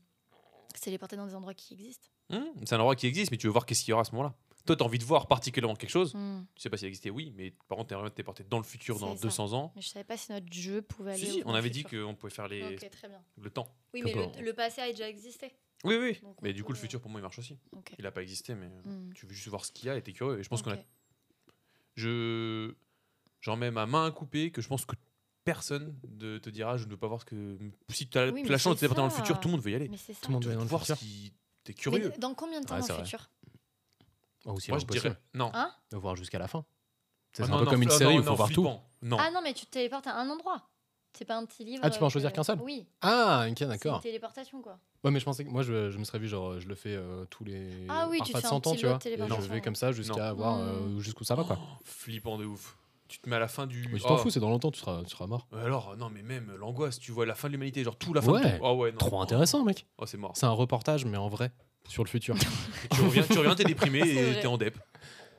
B: se téléporter dans des endroits qui existent.
C: Hum,
D: Hmm.
C: C'est un endroit qui existe, mais tu veux voir qu'est-ce qu'il y aura à ce moment-là. Toi, t'as envie de voir particulièrement quelque chose.
B: Hmm.
C: Tu sais pas s'il existait, oui, mais par contre, t'aimerais bien te téléporter dans le futur dans
B: C'est ça.
C: 200 ans.
B: Mais je savais pas si notre jeu pouvait aller.
C: Si, si,
B: au-
C: on
B: au
C: avait dit
B: futur.
C: qu'on pouvait faire les...
B: Ok, très bien.
C: le temps.
B: Oui,
E: Que
B: mais
E: peut-
B: le, le passé a déjà existé.
C: Oui, oui.
B: Donc, on
C: mais du coup, le
B: peut-
C: futur, pour moi, il marche aussi.
B: Ok.
C: Il a pas existé, mais euh,
B: Hmm.
C: tu veux juste voir ce qu'il y a et t'es curieux. Et je pense qu'on a
B: Ok.
C: je j'en mets ma main à couper que je pense que personne ne te dira je ne veux pas voir ce que si tu as
B: Oui, mais
C: la chance de
B: c'est
C: t'éporter dans le
B: ça.
C: futur tout le monde veut y aller
B: Mais c'est ça.
D: Tout le monde
C: tu
D: va
C: veux
D: dans le
C: voir ce
D: futur.
C: qui t'es
B: Mais
C: curieux
B: dans combien de temps
E: Ouais, c'est
B: dans le
E: vrai.
B: futur
E: Oh, aussi
C: moi je dirais non
B: Hein
E: De voir jusqu'à la fin. C'est
C: Ah,
E: un
C: non,
E: peu
C: non,
E: comme une
D: euh,
C: fl- ah,
E: série
C: non,
E: où il faut
C: non,
E: voir tout.
C: flippant. non
B: Ah non, mais tu te téléportes à un endroit. C'est pas un petit livre.
D: Ah, tu peux en
B: euh,
D: choisir
B: que-
D: qu'un seul
B: Oui.
D: Ah, ok,
B: D'accord.
D: d'accord.
B: Une téléportation quoi.
D: Ouais, mais je pensais que moi, je, je me serais vu, genre, je le fais euh, tous les.
B: Ah oui,
D: par
B: tu
D: pas
B: fais
D: de
B: un
D: 100 ans,
B: petit
D: tu
B: lot
D: vois.
B: de
D: Et
B: téléportation,
D: je vais
B: ouais.
D: comme ça jusqu'à
C: Non.
D: voir euh,
B: Hmm.
D: jusqu'où ça va, quoi.
C: Oh, flippant de ouf tu te mets à la fin du
D: Mais tu t'en
C: Oh.
D: fous, c'est dans longtemps, tu seras, tu seras mort.
C: alors ah non mais même l'angoisse tu vois la fin de l'humanité genre tout la fin de
E: Ouais.
C: tout. Ah ouais non.
E: Trop intéressant, mec.
C: oh c'est mort
D: C'est un reportage, mais en vrai, sur le futur.
C: Et tu reviens tu reviens t'es déprimé
B: C'est
C: et
B: vrai.
C: t'es en dep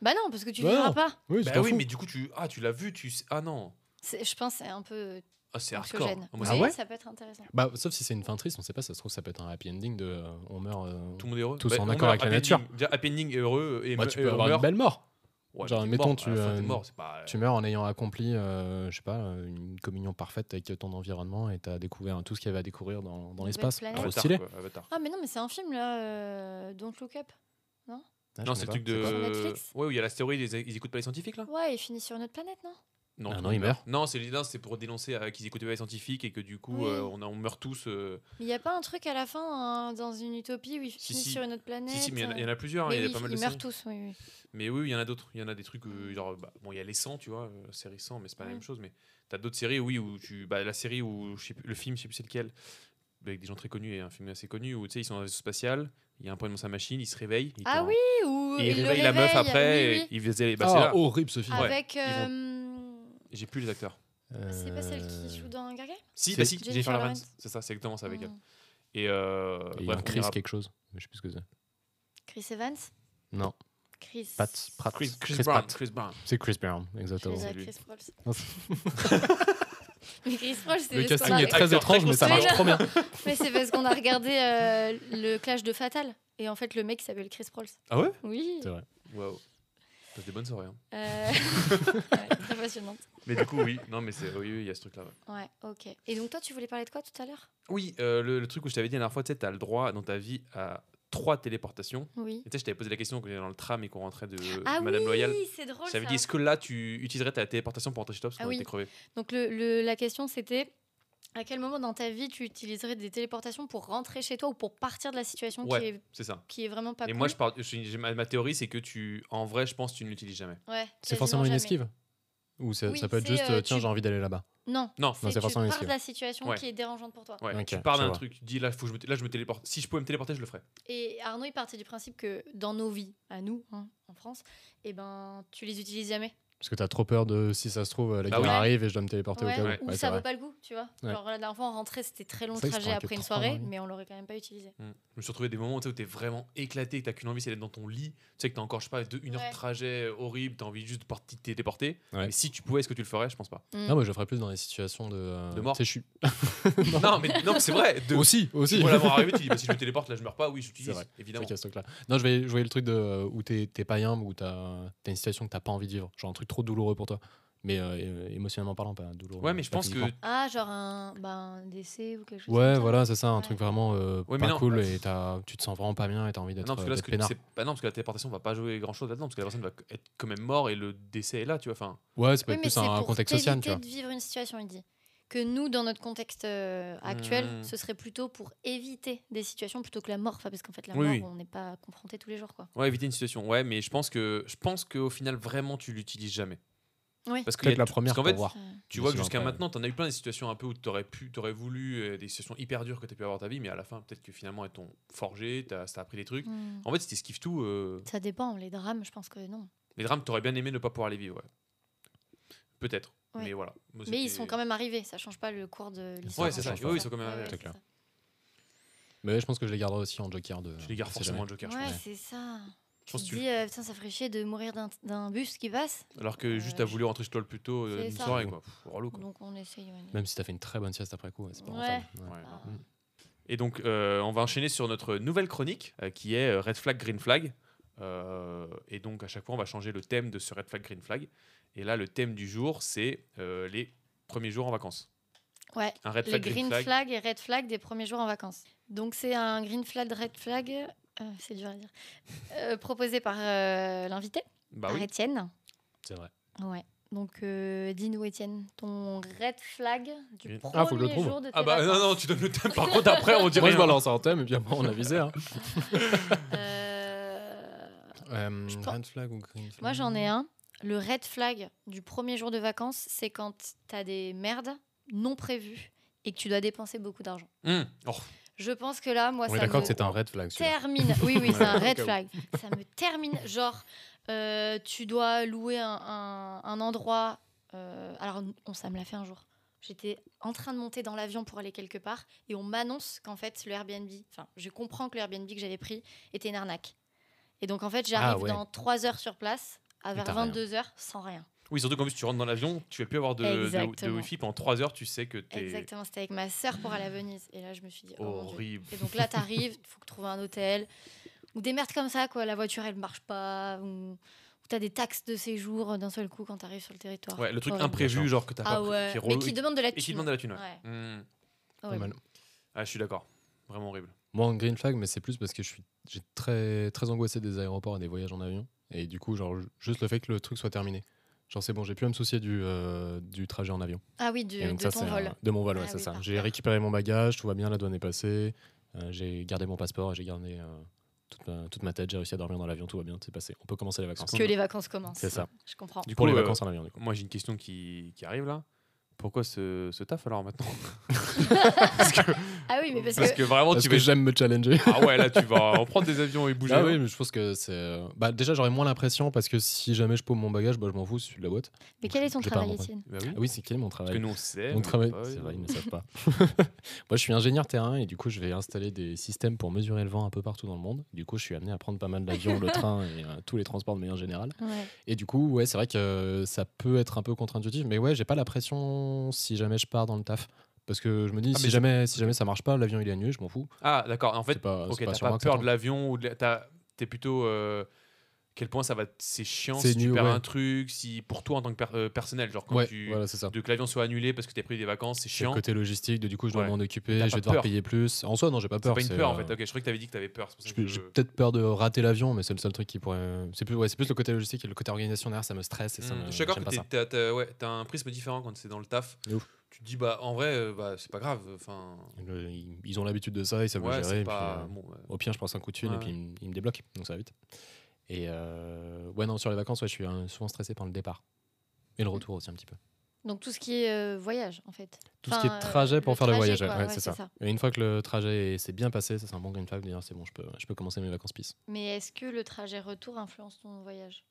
B: Bah non, parce que tu
D: Bah
B: verras
D: non.
B: pas.
D: oui,
C: bah
D: t'en
C: oui
D: fous.
C: mais du coup tu ah tu l'as vu tu sais- ah non
B: C'est- Je pense que c'est un peu
C: ah c'est hardcore
B: anxiogène.
C: Ah, moi,
D: Ah
C: c'est-
B: Mais
D: ouais
B: ça peut être intéressant.
D: Bah, sauf si c'est une fin triste, on sait pas, ça se trouve, ça peut être un happy ending de. euh, on meurt. euh,
C: tout le monde est heureux Bah,
D: Tous en
C: on
D: accord
C: a
D: avec la
C: happy
D: nature.
C: ending. Déjà, happy ending heureux et
D: Bah,
C: me-
D: tu
C: et
D: peux
C: on
D: avoir
C: meurt.
D: une belle mort.
C: Ouais,
D: Genre,
C: mais t'es
D: mettons,
C: mort,
D: tu,
C: à la fin,
D: euh,
C: t'es mort, c'est pas.
D: Tu meurs en ayant accompli, euh, je sais pas, euh, une communion parfaite avec ton environnement et t'as découvert euh, tout ce qu'il y avait à découvrir dans, dans
B: Nouvelle
D: l'espace.
B: planète.
D: Trop
C: euh, Avatar,
D: stylé.
C: quoi, Avatar.
B: Ah mais non, mais c'est un film là, euh, Don't Look Up.
D: Ah, je
C: non,
D: connais
C: c'est le
D: pas.
C: truc
D: quoi
B: Sur
C: de.
B: Netflix
C: Ouais, où il y a l'astéroïde, ils, ils écoutent pas les scientifiques là
B: Ouais, il finit sur notre planète, non
C: Non,
D: Ah
C: tout
D: non,
C: le
D: il
C: monde
D: meurt.
C: Non, c'est non, c'est pour dénoncer euh, qu'ils écoutaient pas les scientifiques et que du coup,
B: Oui.
C: euh, on, a- on meurt tous. euh,
B: Mais il y a pas un truc à la fin hein, dans une utopie où il finit
C: si.
B: sur une autre planète.
C: Si, si, mais il y en a- il y,
B: euh,
C: en a plusieurs, hein,
B: mais
C: il y a
B: oui,
C: pas mal
B: ils
C: de
B: meurent
C: séries.
B: tous, oui, oui.
C: Mais oui, oui, il y en a d'autres. Il y en a des trucs, euh, genre, bah, bon, il y a les 100, tu vois, euh, série 100, mais c'est pas la
B: Ouais.
C: même chose. Mais t'as d'autres séries, oui, où tu. Bah, la série où. je sais plus- le film, je sais plus c'est lequel, avec des gens très connus et un film assez connu, où tu sais, ils sont dans un vaisseau spatial, il y a un point dans sa machine, ils se réveillent. ils
B: Ah
C: te-
B: oui, ou
C: Et il
B: le
C: réveille la meuf
B: réveille,
C: après,
B: oui,
C: et
B: oui.
C: il faisait les. Bah,
D: Ah,
C: c'est là.
D: horrible ce film.
C: Ouais,
B: avec
C: vont-
B: euh,
C: J'ai plus les acteurs.
B: c'est pas celle
D: Euh,
B: qui joue dans Gargamel
C: Si,
D: C'est-
C: bah si,
B: Jennifer
C: Jennifer, Lawrence.
B: Lawrence.
C: C'est ça, c'est exactement ça avec
B: Hmm.
C: elle. Et euh,
D: Il y a
C: bref,
D: un
C: on
D: Chris
C: ira-
D: quelque chose. mais Je sais plus ce que c'est.
B: Chris Evans
D: Non,
B: Chris
D: Pat, Pratt.
C: Chris, Chris,
D: Chris
C: Brown.
D: Pratt.
C: Chris Brown.
D: C'est Chris Brown,
B: Je
D: exactement.
B: les ai
C: lui.
B: Chris Prolls.
D: Non,
B: mais Chris Prolls, c'est
D: Le
B: juste qu'on
D: casting
B: a-
D: Ah, est très
C: Acteur
D: étrange,
C: très
D: mais ça
B: connu.
D: marche trop bien.
B: Mais c'est parce qu'on a regardé euh, le clash de Fatal. Et en fait, le mec s'appelle Chris Prolls.
C: Ah ouais
B: Oui.
D: C'est vrai.
C: Waouh. Passe des bonnes soirées. hein.
B: Euh, ouais, très passionnante.
C: Mais du coup, oui. Non, mais c'est. Oui, oui, il y a ce truc-là. ouais.
B: Ouais, ok. Et donc, toi, tu voulais parler de quoi tout à l'heure
C: Oui, euh, le, le truc où je t'avais dit la dernière fois, tu sais, t'as le droit dans ta vie à trois téléportations.
B: Oui.
C: Et tu sais, je t'avais posé la question quand on était dans le tram et qu'on rentrait de
B: Ah
C: Madame
B: oui,
C: Loyal.
B: c'est drôle.
C: J'avais
B: ça.
C: dit, est-ce que là, tu utiliserais ta téléportation pour rentrer chez toi parce
B: Ah
C: qu'on
B: oui.
C: était crevés
B: Donc, le, le- la question, c'était à quel moment dans ta vie tu utiliserais des téléportations pour rentrer chez toi ou pour partir de la situation qui,
C: Ouais.
B: est,
C: C'est ça.
B: qui est vraiment pas
C: et
B: cool
C: moi, je parle, je- j'ai- ma, ma théorie, c'est que tu. En vrai, je pense que tu ne l'utilises jamais.
B: Ouais,
D: C'est
B: quasiment
D: forcément une
B: jamais.
D: esquive Ou ça
B: Oui,
D: ça peut être
B: c'est,
D: juste,
B: euh,
D: euh, tiens,
B: tu-
D: j'ai envie d'aller là-bas.
B: Non.
C: Non,
B: C'est
D: c'est
B: tu
D: forcément une
B: pars de
D: esquive.
B: la situation
C: Ouais.
B: qui est dérangeante pour toi.
C: Ouais,
D: Ok,
C: tu pars
D: je
C: d'un
D: vois.
C: truc, tu dis là, faut que je me, t- là, je me téléporte. Si je pouvais me téléporter, je le ferais.
B: Et Arnaud, il partait du principe que dans nos vies, à nous, hein, en France, eh ben, tu les utilises jamais.
D: Parce que t'as trop peur de si ça se trouve, la
C: Bah
D: guerre
C: oui.
D: arrive et je dois me téléporter
B: Ouais,
D: au cas où.
C: Ouais.
B: Ou
D: Ouais, c'est
B: ça vaut
D: vrai.
B: pas le goût, tu vois.
D: Ouais.
B: Genre, la dernière fois, on rentrait, c'était très long
D: C'est vrai que ça
B: trajet
D: aurait
B: après
D: été
B: une
D: trop hein.
B: soirée,
D: envie.
B: mais on l'aurait quand même pas utilisé.
D: Mm.
C: Je me suis retrouvé des moments tu sais, où t'es vraiment éclaté, que t'as qu'une envie, c'est d'être dans ton lit. Tu sais que t'as encore, je sais pas, deux- une heure
B: Ouais.
C: de trajet horrible, t'as envie juste de partir te déporter.
D: Ouais.
C: Mais si tu pouvais, est-ce que tu le ferais Je pense pas.
D: Non, moi je le ferais plus dans les situations de. euh,
C: De mort.
D: tu sais, je suis-
C: non. mais non, mais c'est vrai. De,
D: Aussi,
C: tu
D: aussi.
C: vois l'avoir arrivé, tu dis, bah, si je me téléporte, là, je meurs pas. Oui,
D: C'est
C: j'utilise,
D: vrai. C'est
C: évidemment.
D: qu'il y a ce truc-là. Non, je vais jouer le truc de, euh, où t'es t'es pas humble, où t'as t'as une situation que t'as pas envie de vivre. Genre un truc trop douloureux pour toi. Mais euh, euh, émotionnellement parlant, pas douloureux.
C: Ouais, mais je
D: pas
C: pense que.
D: physiquement.
B: Ah, genre un, bah, un décès ou quelque chose
D: Ouais,
B: comme ça.
D: voilà, c'est ça, un
B: Ouais.
D: truc vraiment euh,
C: Ouais, mais
D: pas
C: non.
D: cool et t'as- tu te sens vraiment pas bien et t'as envie d'être
C: Non parce, que là,
D: euh,
C: ce
D: d'être
C: que
D: peinard.
C: c'est- bah non, parce que la téléportation va pas jouer grand chose là-dedans, parce que la personne va être quand même mort et le décès est là, tu vois. Enfin,
D: Ouais, ça peut
B: Oui,
D: être
B: mais
D: plus
B: c'est
D: un
B: pour
D: contexte social, tu
B: t'éviter
D: vois.
B: de vivre une situation, il dit. que nous, dans notre contexte euh, actuel,
C: Hmm.
B: ce serait plutôt pour éviter des situations plutôt que la mort. Enfin, parce qu'en fait, la
C: Oui,
B: mort,
C: oui.
B: on n'est pas confronté tous les jours. Quoi.
C: Ouais, éviter une situation. Ouais, mais je pense que je pense qu'au final, vraiment, tu l'utilises jamais.
B: Oui.
C: Parce que
D: Peut-être la
C: tout- parce
D: première
C: qu'en
D: pour
C: fait,
D: voir.
C: Tu vois que
D: Sinon,
C: jusqu'à
D: après-
C: maintenant, t'en as eu plein des situations un peu où t'aurais pu, t'aurais voulu euh, des situations hyper dures que t'as pu avoir dans ta vie, mais à la fin, peut-être que finalement elles t'ont forgé, t'as t'as appris des trucs.
B: Hmm.
C: En fait, si t'esquives tout, euh,
B: Ça dépend. Les drames, je pense que non.
C: les drames, t'aurais bien aimé ne pas pouvoir les vivre. ouais. Peut-être.
B: Ouais.
C: Mais voilà. Moi,
B: Mais ils
C: c'était-
B: sont quand même arrivés. Ça change pas le cours de l'histoire.
D: Ouais, c'est
B: en
D: ça.
B: fait.
D: Oui,
C: oui, ils sont quand même
B: Ouais,
C: arrivés.
B: ouais,
C: C'est
B: c'est
E: clair.
B: ça.
D: Mais je pense que je les garderai aussi en joker de.
C: Tu les gardes
D: on sait jamais.
C: forcément, Joker. je
B: Ouais,
C: pense.
B: c'est ça.
C: Je pense que
B: tu
C: tu-
B: te dis, euh, putain, ça ferait chier de mourir d'un- d'un bus qui passe.
C: Alors que juste
B: Euh,
C: t'as voulu rentrer chez toi le plus tôt euh,
B: c'est
C: une
B: ça.
C: soirée, quoi. Pff, relou, quoi.
B: Donc on essaye. ouais.
D: Même si t'as fait une très bonne sieste après coup, ouais, c'est pas
B: Ouais.
D: rentable. Ouais.
C: Ouais,
B: Ah.
C: non. Et donc, euh, on va enchaîner sur notre nouvelle chronique euh, qui est euh, Red Flag, Green Flag. Euh, et donc, à chaque fois, on va changer le thème de ce Red Flag, Green Flag. Et là, le thème du jour, c'est euh, les premiers jours en vacances.
B: Ouais.
C: Un Red
B: les
C: Flag,
B: green
C: Green Flag.
B: flag et red flag des premiers jours en vacances. Donc c'est un green flag, red flag, euh, c'est dur à dire, euh, proposé par euh, l'invité,
C: Bah
B: par
C: oui.
B: Étienne.
E: C'est vrai.
B: Ouais. Donc euh, dis-nous Étienne, ton red flag du
C: Green-
B: premier
E: Ah, faut que je le trouve.
B: jour de tes
C: Ah bah non,
B: vacances.
C: non, tu donnes le thème. Par
E: Par
C: contre,
E: contre, après, on dirait
C: Rien.
E: je balance un thème et puis après, on avisait. Hein.
B: Euh,
D: Euh,
B: Je pense-
D: red flag ou green flag
B: moi j'en ai un. Le red flag du premier jour de vacances, c'est quand t'as des merdes non prévues et que tu dois dépenser beaucoup d'argent.
C: Hum. Oh,
B: Je pense que là, moi,
D: On
B: ça
D: est d'accord
B: me
D: que c'est un red flag. celui-là.
B: termine. Oui, oui, c'est
E: Ouais,
B: un
E: au
B: red
E: cas où.
B: flag. Ça me termine. Genre, euh, tu dois louer un, un- un endroit. euh, alors, on, ça me l'a fait un jour. J'étais en train de monter dans l'avion pour aller quelque part et on m'annonce qu'en fait, le Airbnb, enfin, je comprends que le Airbnb que j'avais pris était une arnaque. Et donc, en fait, j'arrive
D: Ah ouais.
B: dans 3 heures sur place, à
D: Et
B: vers
D: t'as rien.
B: 22 heures, sans rien.
C: Oui, surtout qu'en plus, tu rentres dans l'avion, tu vas plus avoir de, de, de
B: Exactement.
C: Wi-Fi pendant 3 heures, tu sais que t'es
B: Exactement, c'était avec ma sœur pour aller à Venise. Et là, je me suis dit, oh, mon Dieu.
C: horrible.
B: Et donc là, t'arrives, il faut que trouver un hôtel. Ou des merdes comme ça, quoi. La voiture, elle marche pas. Ou, ou t'as des taxes de séjour euh, d'un seul coup quand t'arrives sur le territoire.
C: Ouais, le truc
B: Oh, Horrible.
C: imprévu, genre que t'as pas
B: Ah ouais,
C: pris- qui est
B: mais
C: relou
B: qui
C: et-
B: demande de la thune.
C: et qui demande de la thune. ouais.
B: Ouais.
C: Hum.
D: Pas
B: Horrible.
D: mal.
C: Ah, je suis d'accord. Vraiment horrible.
D: Moi, en green flag, mais c'est plus parce que je suis j'ai très très angoissé des aéroports et des voyages en avion. Et du coup, genre juste le fait que le truc soit terminé. Genre c'est bon, j'ai plus à me soucier du, euh, du trajet en avion.
B: Ah oui, de,
D: et
B: de ton
D: c'est un-
B: vol.
D: de mon vol, ouais,
B: Ah
D: c'est
B: oui,
D: ça.
B: parfait.
D: J'ai récupéré mon bagage, tout va bien, la douane est passée. euh, j'ai gardé mon passeport, et j'ai gardé euh, toute, ma, toute ma tête, j'ai réussi à dormir dans l'avion, tout va bien, c'est passé. On peut commencer les vacances.
B: Parce que les vacances commencent.
D: C'est ça.
B: Je comprends.
C: Du
D: Pour les
C: euh,
D: vacances en avion, du coup.
C: Moi, j'ai une question qui, qui arrive là. Pourquoi ce, ce taf alors maintenant Parce que,
B: Ah oui, mais parce,
C: parce
B: que.
C: que vraiment,
D: Parce
C: tu
D: que
C: vas.
D: j'aime me challenger.
C: Ah ouais, là, tu vas en prendre des avions et bouger.
D: Ah oui, mais je pense que c'est. euh, Bah, déjà, j'aurais moins l'impression parce que si jamais je paume mon bagage, bah, je m'en fous, c'est celui de la boîte.
B: Mais quel est ton
D: J'ai pas
B: travail,
D: rentré.
B: Étienne
C: Bah oui.
D: Ah oui, c'est quel est mon
C: Parce que
D: travail
C: nous, on sait.
D: Mon
C: mais
D: travail,
C: pas,
D: c'est
C: euh,
D: vrai, ils ne savent pas. Moi, je suis ingénieur terrain et du coup, je vais installer des systèmes pour mesurer le vent un peu partout dans le monde. Du coup, je suis amené à prendre pas mal l'avion, le train et euh, tous les transports de manière générale.
B: Ouais.
D: Et du coup, ouais, c'est vrai que euh, ça peut être un peu contre-intuitif, mais ouais, j'ai pas la pression si jamais je pars dans le taf. Parce que je me dis,
C: Ah, mais
D: si,
C: c'est-
D: jamais, si jamais ça marche pas, l'avion il est annulé, je m'en fous.
C: Ah, d'accord. En
D: C'est
C: fait,
D: pas,
C: ok,
D: c'est pas
C: t'as
D: sur
C: pas
D: moi que ça
C: peur
D: tombe.
C: de l'avion ou de la- t'as- T'es plutôt. euh, Quel point ça va. t- C'est chiant
D: C'est
C: si tu
D: nul,
C: perds
D: ouais.
C: un truc, si pour toi en tant que per- euh, personnel, genre quand
D: Ouais,
C: tu.
D: voilà, c'est ça.
C: De que l'avion soit annulé parce que t'es pris des vacances, c'est
D: C'est le
C: chiant.
D: côté logistique, de du coup, je dois
C: Ouais.
D: m'en
C: T'as
D: occuper, je
C: pas
D: vais devoir
C: peur.
D: payer plus. En soi, non, j'ai pas
C: C'est
D: peur.
C: pas une
D: c'est,
C: peur en
D: euh,
C: fait. Ok, je croyais que t'avais dit que t'avais peur. c'est pour ça
D: Je
C: que
D: peux-
C: je-
D: J'ai peut-être peur de rater l'avion, mais c'est le seul truc qui pourrait. C'est plus, ouais, c'est plus le côté logistique et le côté organisation derrière, ça me stresse et ça
C: Hmm,
D: me.
C: je suis d'accord
D: j'aime pas
C: que t'es-
D: ça.
C: t'as t'as- ouais, t'as un prisme différent quand c'est dans le taf.
D: De ouf.
C: Tu te dis, bah en vrai, euh, bah, c'est pas grave. Enfin,
D: Le- ils ils ont l'habitude de ça, ils savent le
C: ouais,
D: gérer.
C: c'est
D: et puis,
C: pas.
D: euh,
C: bon, ouais.
D: Au pire, je pense un coup de fil
C: Ouais.
D: et puis ils me- ils me débloquent, donc ça va vite. Et euh, ouais, non, sur les vacances, ouais, je suis euh, souvent stressé par le départ et le
C: Hmm.
D: retour aussi un petit peu.
B: Donc tout ce qui est euh, voyage, en fait.
D: Tout ce qui
B: Enfin,
D: est trajet
B: euh,
D: pour
B: le
D: faire le
B: trajet,
D: voyage, ouais,
B: quoi,
D: ouais,
B: ouais,
D: c'est
B: c'est
D: ça.
B: ça.
D: Et une fois que le trajet est- s'est bien passé, ça c'est un bon green flag de dire c'est bon, je peux, je peux commencer mes vacances peace.
B: Mais est-ce que le trajet retour influence ton voyage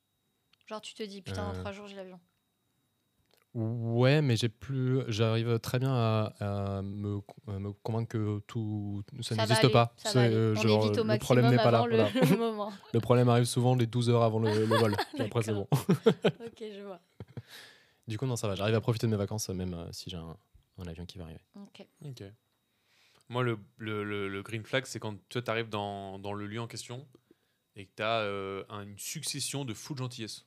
B: Genre, tu te dis, putain, dans
D: Euh.
B: 3 jours, j'ai l'avion.
D: Ouais, mais j'ai plus, j'arrive très bien à, à me, à me convaincre que tout ça,
B: va
D: n'existe
B: aller,
D: pas.
B: ça va
D: C'est,
B: aller.
D: euh,
B: on
D: genre,
B: évite au
D: le problème
B: maximum
D: n'est pas là.
B: avant le,
D: voilà.
B: le moment.
D: Le problème arrive souvent les 12 heures avant le, le vol. Et après c'est bon.
B: ok, je vois.
D: Du coup non ça va, j'arrive à profiter de mes vacances même euh, si j'ai un, un avion qui va arriver.
B: Ok.
C: Ok. Moi, le, le, le- le green flag, c'est quand toi, t'arrives dans, dans le lieu en question et que t'as euh, un- une succession de fous de gentillesse.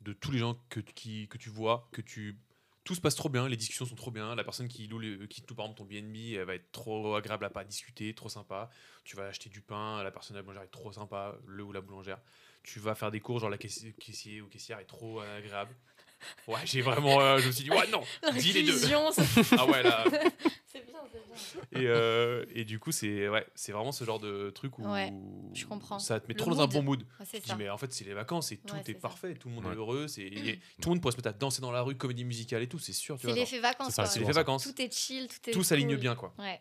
C: De tous les gens que, tu- qui, que tu vois, que tu. Tout se passe trop bien, les discussions sont trop bien. La personne qui loue, les- qui tout par exemple ton BNB, elle va être trop agréable à pas discuter, trop sympa. Tu vas acheter du pain, la personne à la boulangère est trop sympa, le ou la boulangère. Tu vas faire des cours, genre la caiss- caissier ou caissière est trop agréable. Ouais, j'ai vraiment. euh, je me suis dit, ouais, non, dis les deux.
B: L'inclusion, ça-
C: Ah ouais, là.
B: c'est bien, c'est bien.
C: Et, euh, et du coup, c'est ouais, c'est vraiment ce genre de truc où.
B: Ouais, je comprends.
C: Ça te met
B: Le
C: trop dans un
B: mood.
C: bon mood.
B: Ah,
C: Tu
B: c'est
C: te dis,
B: ça.
C: mais en fait, c'est les vacances et tout
B: Ouais,
C: est,
B: c'est ça. Mm.
C: parfait. Tout le monde
E: Ouais.
C: est heureux. c'est et tout le monde pourrait se mettre à danser dans la rue, comédie musicale et tout, c'est sûr. tu
B: C'est
C: vois, genre,
B: l'effet vacances.
D: C'est ça,
B: quoi.
C: C'est
D: Ouais.
C: l'effet vacances.
B: Tout est chill, tout est.
C: Tout s'aligne
B: cool.
C: bien, quoi.
B: Ouais.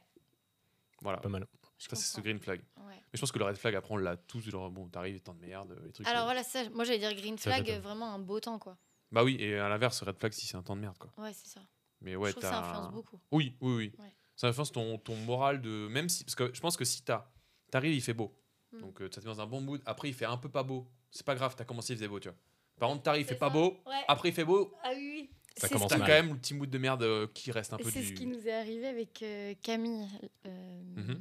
C: Voilà.
D: Pas mal.
B: je
C: Ça, c'est ce
B: comprends.
C: green flag.
B: Ouais.
C: Mais je pense que le red flag, après, on l'a tous. Genre, bon, t'arrives, tant de merde, les trucs.
B: Alors
C: euh.
B: voilà, ça, moi j'allais dire green
D: Ça
B: flag,
D: m'étonne.
B: euh, vraiment un beau temps quoi.
C: Bah oui, et à l'inverse, red flag, si c'est un temps de merde, quoi.
B: Ouais, c'est ça.
C: Mais ouais,
B: je trouve que ça
C: t'as-
B: influence beaucoup.
C: Oui, oui, oui.
B: Ouais.
C: Ça influence ton, ton moral de. Même si. Parce que je pense que si t'as. T'arrives, il fait beau.
B: Mm.
C: Donc euh, ça te met dans un bon mood. Après, il fait un peu pas beau. C'est pas grave, t'as commencé, il faisait beau, tu vois. Par contre, t'arrives, il fait
B: C'est
C: pas
B: ça.
C: beau.
B: Ouais.
C: Après, il fait beau.
B: Ah oui.
D: Ça
B: C'est
D: commence
C: T'as
D: mal.
C: quand même le petit mood de merde euh, qui reste un
B: Et
C: peu
B: c'est
C: du.
B: ce qui nous est arrivé avec euh, Camille, euh,
C: Mhm.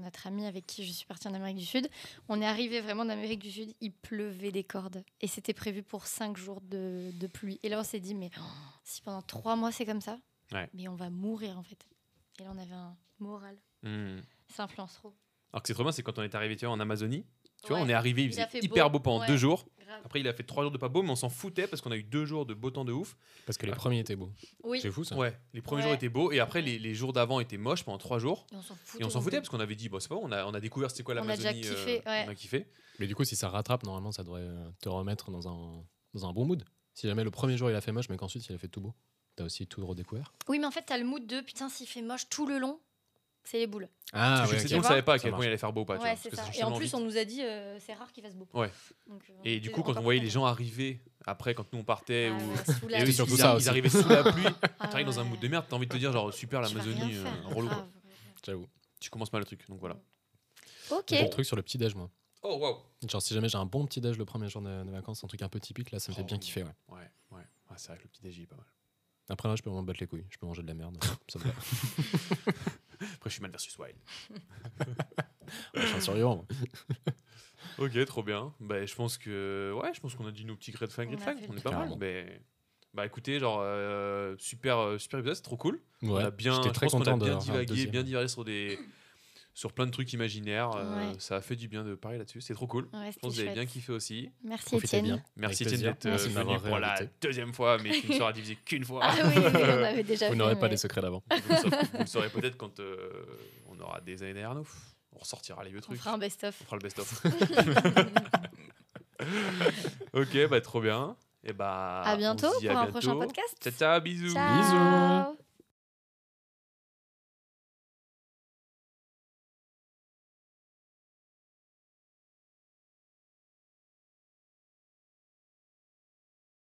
B: notre amie avec qui je suis partie en Amérique du Sud. On est arrivé vraiment d'Amérique du Sud, il pleuvait des cordes. Et c'était prévu pour cinq jours de, de pluie. Et là, on s'est dit, mais oh, si pendant trois mois c'est comme ça,
C: Ouais.
B: mais on va mourir en fait. Et là, on avait un moral.
C: Mm.
B: Ça influence trop.
C: Alors que c'est trop bien, c'est quand on est arrivé, tu vois, en Amazonie. Tu vois,
B: Ouais.
C: on est arrivé, il
B: Il a
C: faisait
B: fait
C: hyper
B: beau.
C: beau, pendant
B: Ouais.
C: deux jours.
B: Grave.
C: Après, il a fait trois jours de pas beau, mais on s'en foutait parce qu'on a eu deux jours de beau temps de ouf.
D: Parce que les
C: Ouais.
D: premiers étaient beaux.
B: Oui.
D: C'est fou ça.
C: Ouais, les premiers
B: Ouais.
C: jours étaient beaux, et après, les, les jours d'avant étaient moches pendant trois jours.
B: Et on s'en foutait.
C: Et on s'en foutait
B: complètement.
C: parce qu'on avait dit, bon, c'est pas bon, on a, on a découvert c'était quoi
B: On a
C: l'Amazonie.
B: déjà kiffé, ouais.
C: On a kiffé.
D: Mais du coup, si ça rattrape, normalement, ça devrait euh, te remettre dans un, dans un bon mood. Si jamais le premier jour il a fait moche, mais qu'ensuite il a fait tout beau, t'as aussi tout redécouvert.
B: Oui, mais en fait, t'as le mood de putain, s'il fait moche tout le long, c'est les boules.
D: Ah,
C: Parce que je sais,
B: ok.
C: on savait pas à
D: Ça
C: quel point
D: marche.
C: il allait faire beau ou pas. tu vois,
B: ouais,
C: parce
B: c'est
C: que
B: ça.
C: change
B: Et en
C: tellement
B: plus,
C: vite.
B: on nous a dit, euh, c'est rare qu'il fasse beau.
C: Ouais.
B: Donc, euh,
C: Et
B: on
C: du
B: était
C: coup, quand on
B: encore
C: voyait
B: plus
C: les gens arriver après, quand nous on partait,
B: contents.
C: ou... euh,
B: Ah ouais, sous la
D: C'est
C: et eux, ils,
B: pluie.
D: surtout
C: ils
D: ça
C: arri- ils
D: aussi.
C: arrivaient sous la pluie,
B: Ah
C: t'arrives dans un mood de
B: ouais.
C: merde, t'as envie de te dire, genre, super,
B: Tu vas
C: l'Amazonie,
B: rien
C: euh,
B: faire,
C: relou quoi.
B: grave.
D: J'avoue.
C: Tu commences mal le truc, donc voilà.
B: Ok.
D: J'ai le truc sur le petit-déj, moi.
C: Oh waouh!
D: Genre, si jamais j'ai un bon petit-déj le premier jour de, de vacances, un truc un peu typique, là, ça me fait
C: Oh,
D: bien
C: oui.
D: kiffer, ouais.
C: Ouais, ouais, Ah, c'est vrai que le petit déj il est pas mal.
D: Après, là, je peux m'en battre les couilles. Je peux manger de la merde. ça me va.
C: Après, je suis Man versus Wild.
D: Je suis un survivant, moi.
C: Ok, trop bien. Bah, je pense que. Ouais, je pense qu'on a dit nos petits grade flag,
B: On
C: grade
B: a
C: flag.
B: fait le
C: On est pas
D: tour.
C: mal. Mais... Bah, écoutez, genre, euh, super, euh, super épisode, c'est trop cool.
D: Ouais,
C: on a bien,
D: j'étais
C: je
D: très
C: pense qu'on
D: content
C: a bien
D: d'avoir un
C: divagué,
D: deuxième.
C: bien divagué sur des, sur plein de trucs imaginaires. euh,
B: Ouais.
C: Ça a fait du bien de parler là-dessus. C'est trop cool.
B: Ouais,
C: Je pense que vous
B: c'était
C: avez bien
B: chouette.
C: kiffé aussi.
B: Merci
D: Profitez
B: Étienne.
D: bien.
C: Merci
D: Avec
C: Étienne d'être
D: plaisir.
C: euh,
D: Merci de
C: venu
D: m'avoir
C: pour la
D: réinvité.
C: deuxième fois, mais qui ne sera divisée qu'une fois.
B: Ah oui, oui, oui, on avait déjà
D: Vous
B: fait,
D: n'aurez pas
B: mais-
D: les secrets d'avant.
C: vous, le saurez, vous le saurez peut-être quand euh, on aura des années derrière nous. On ressortira les vieux
B: On
C: trucs.
B: fera un best-of.
C: On fera le best-of. ok, bah trop bien. Et bah,
B: À bientôt
C: on se dit
B: pour
C: à
B: un prochain
C: Ah, bah, bientôt.
B: podcast.
C: Ciao, ciao, bisous.
B: Ciao.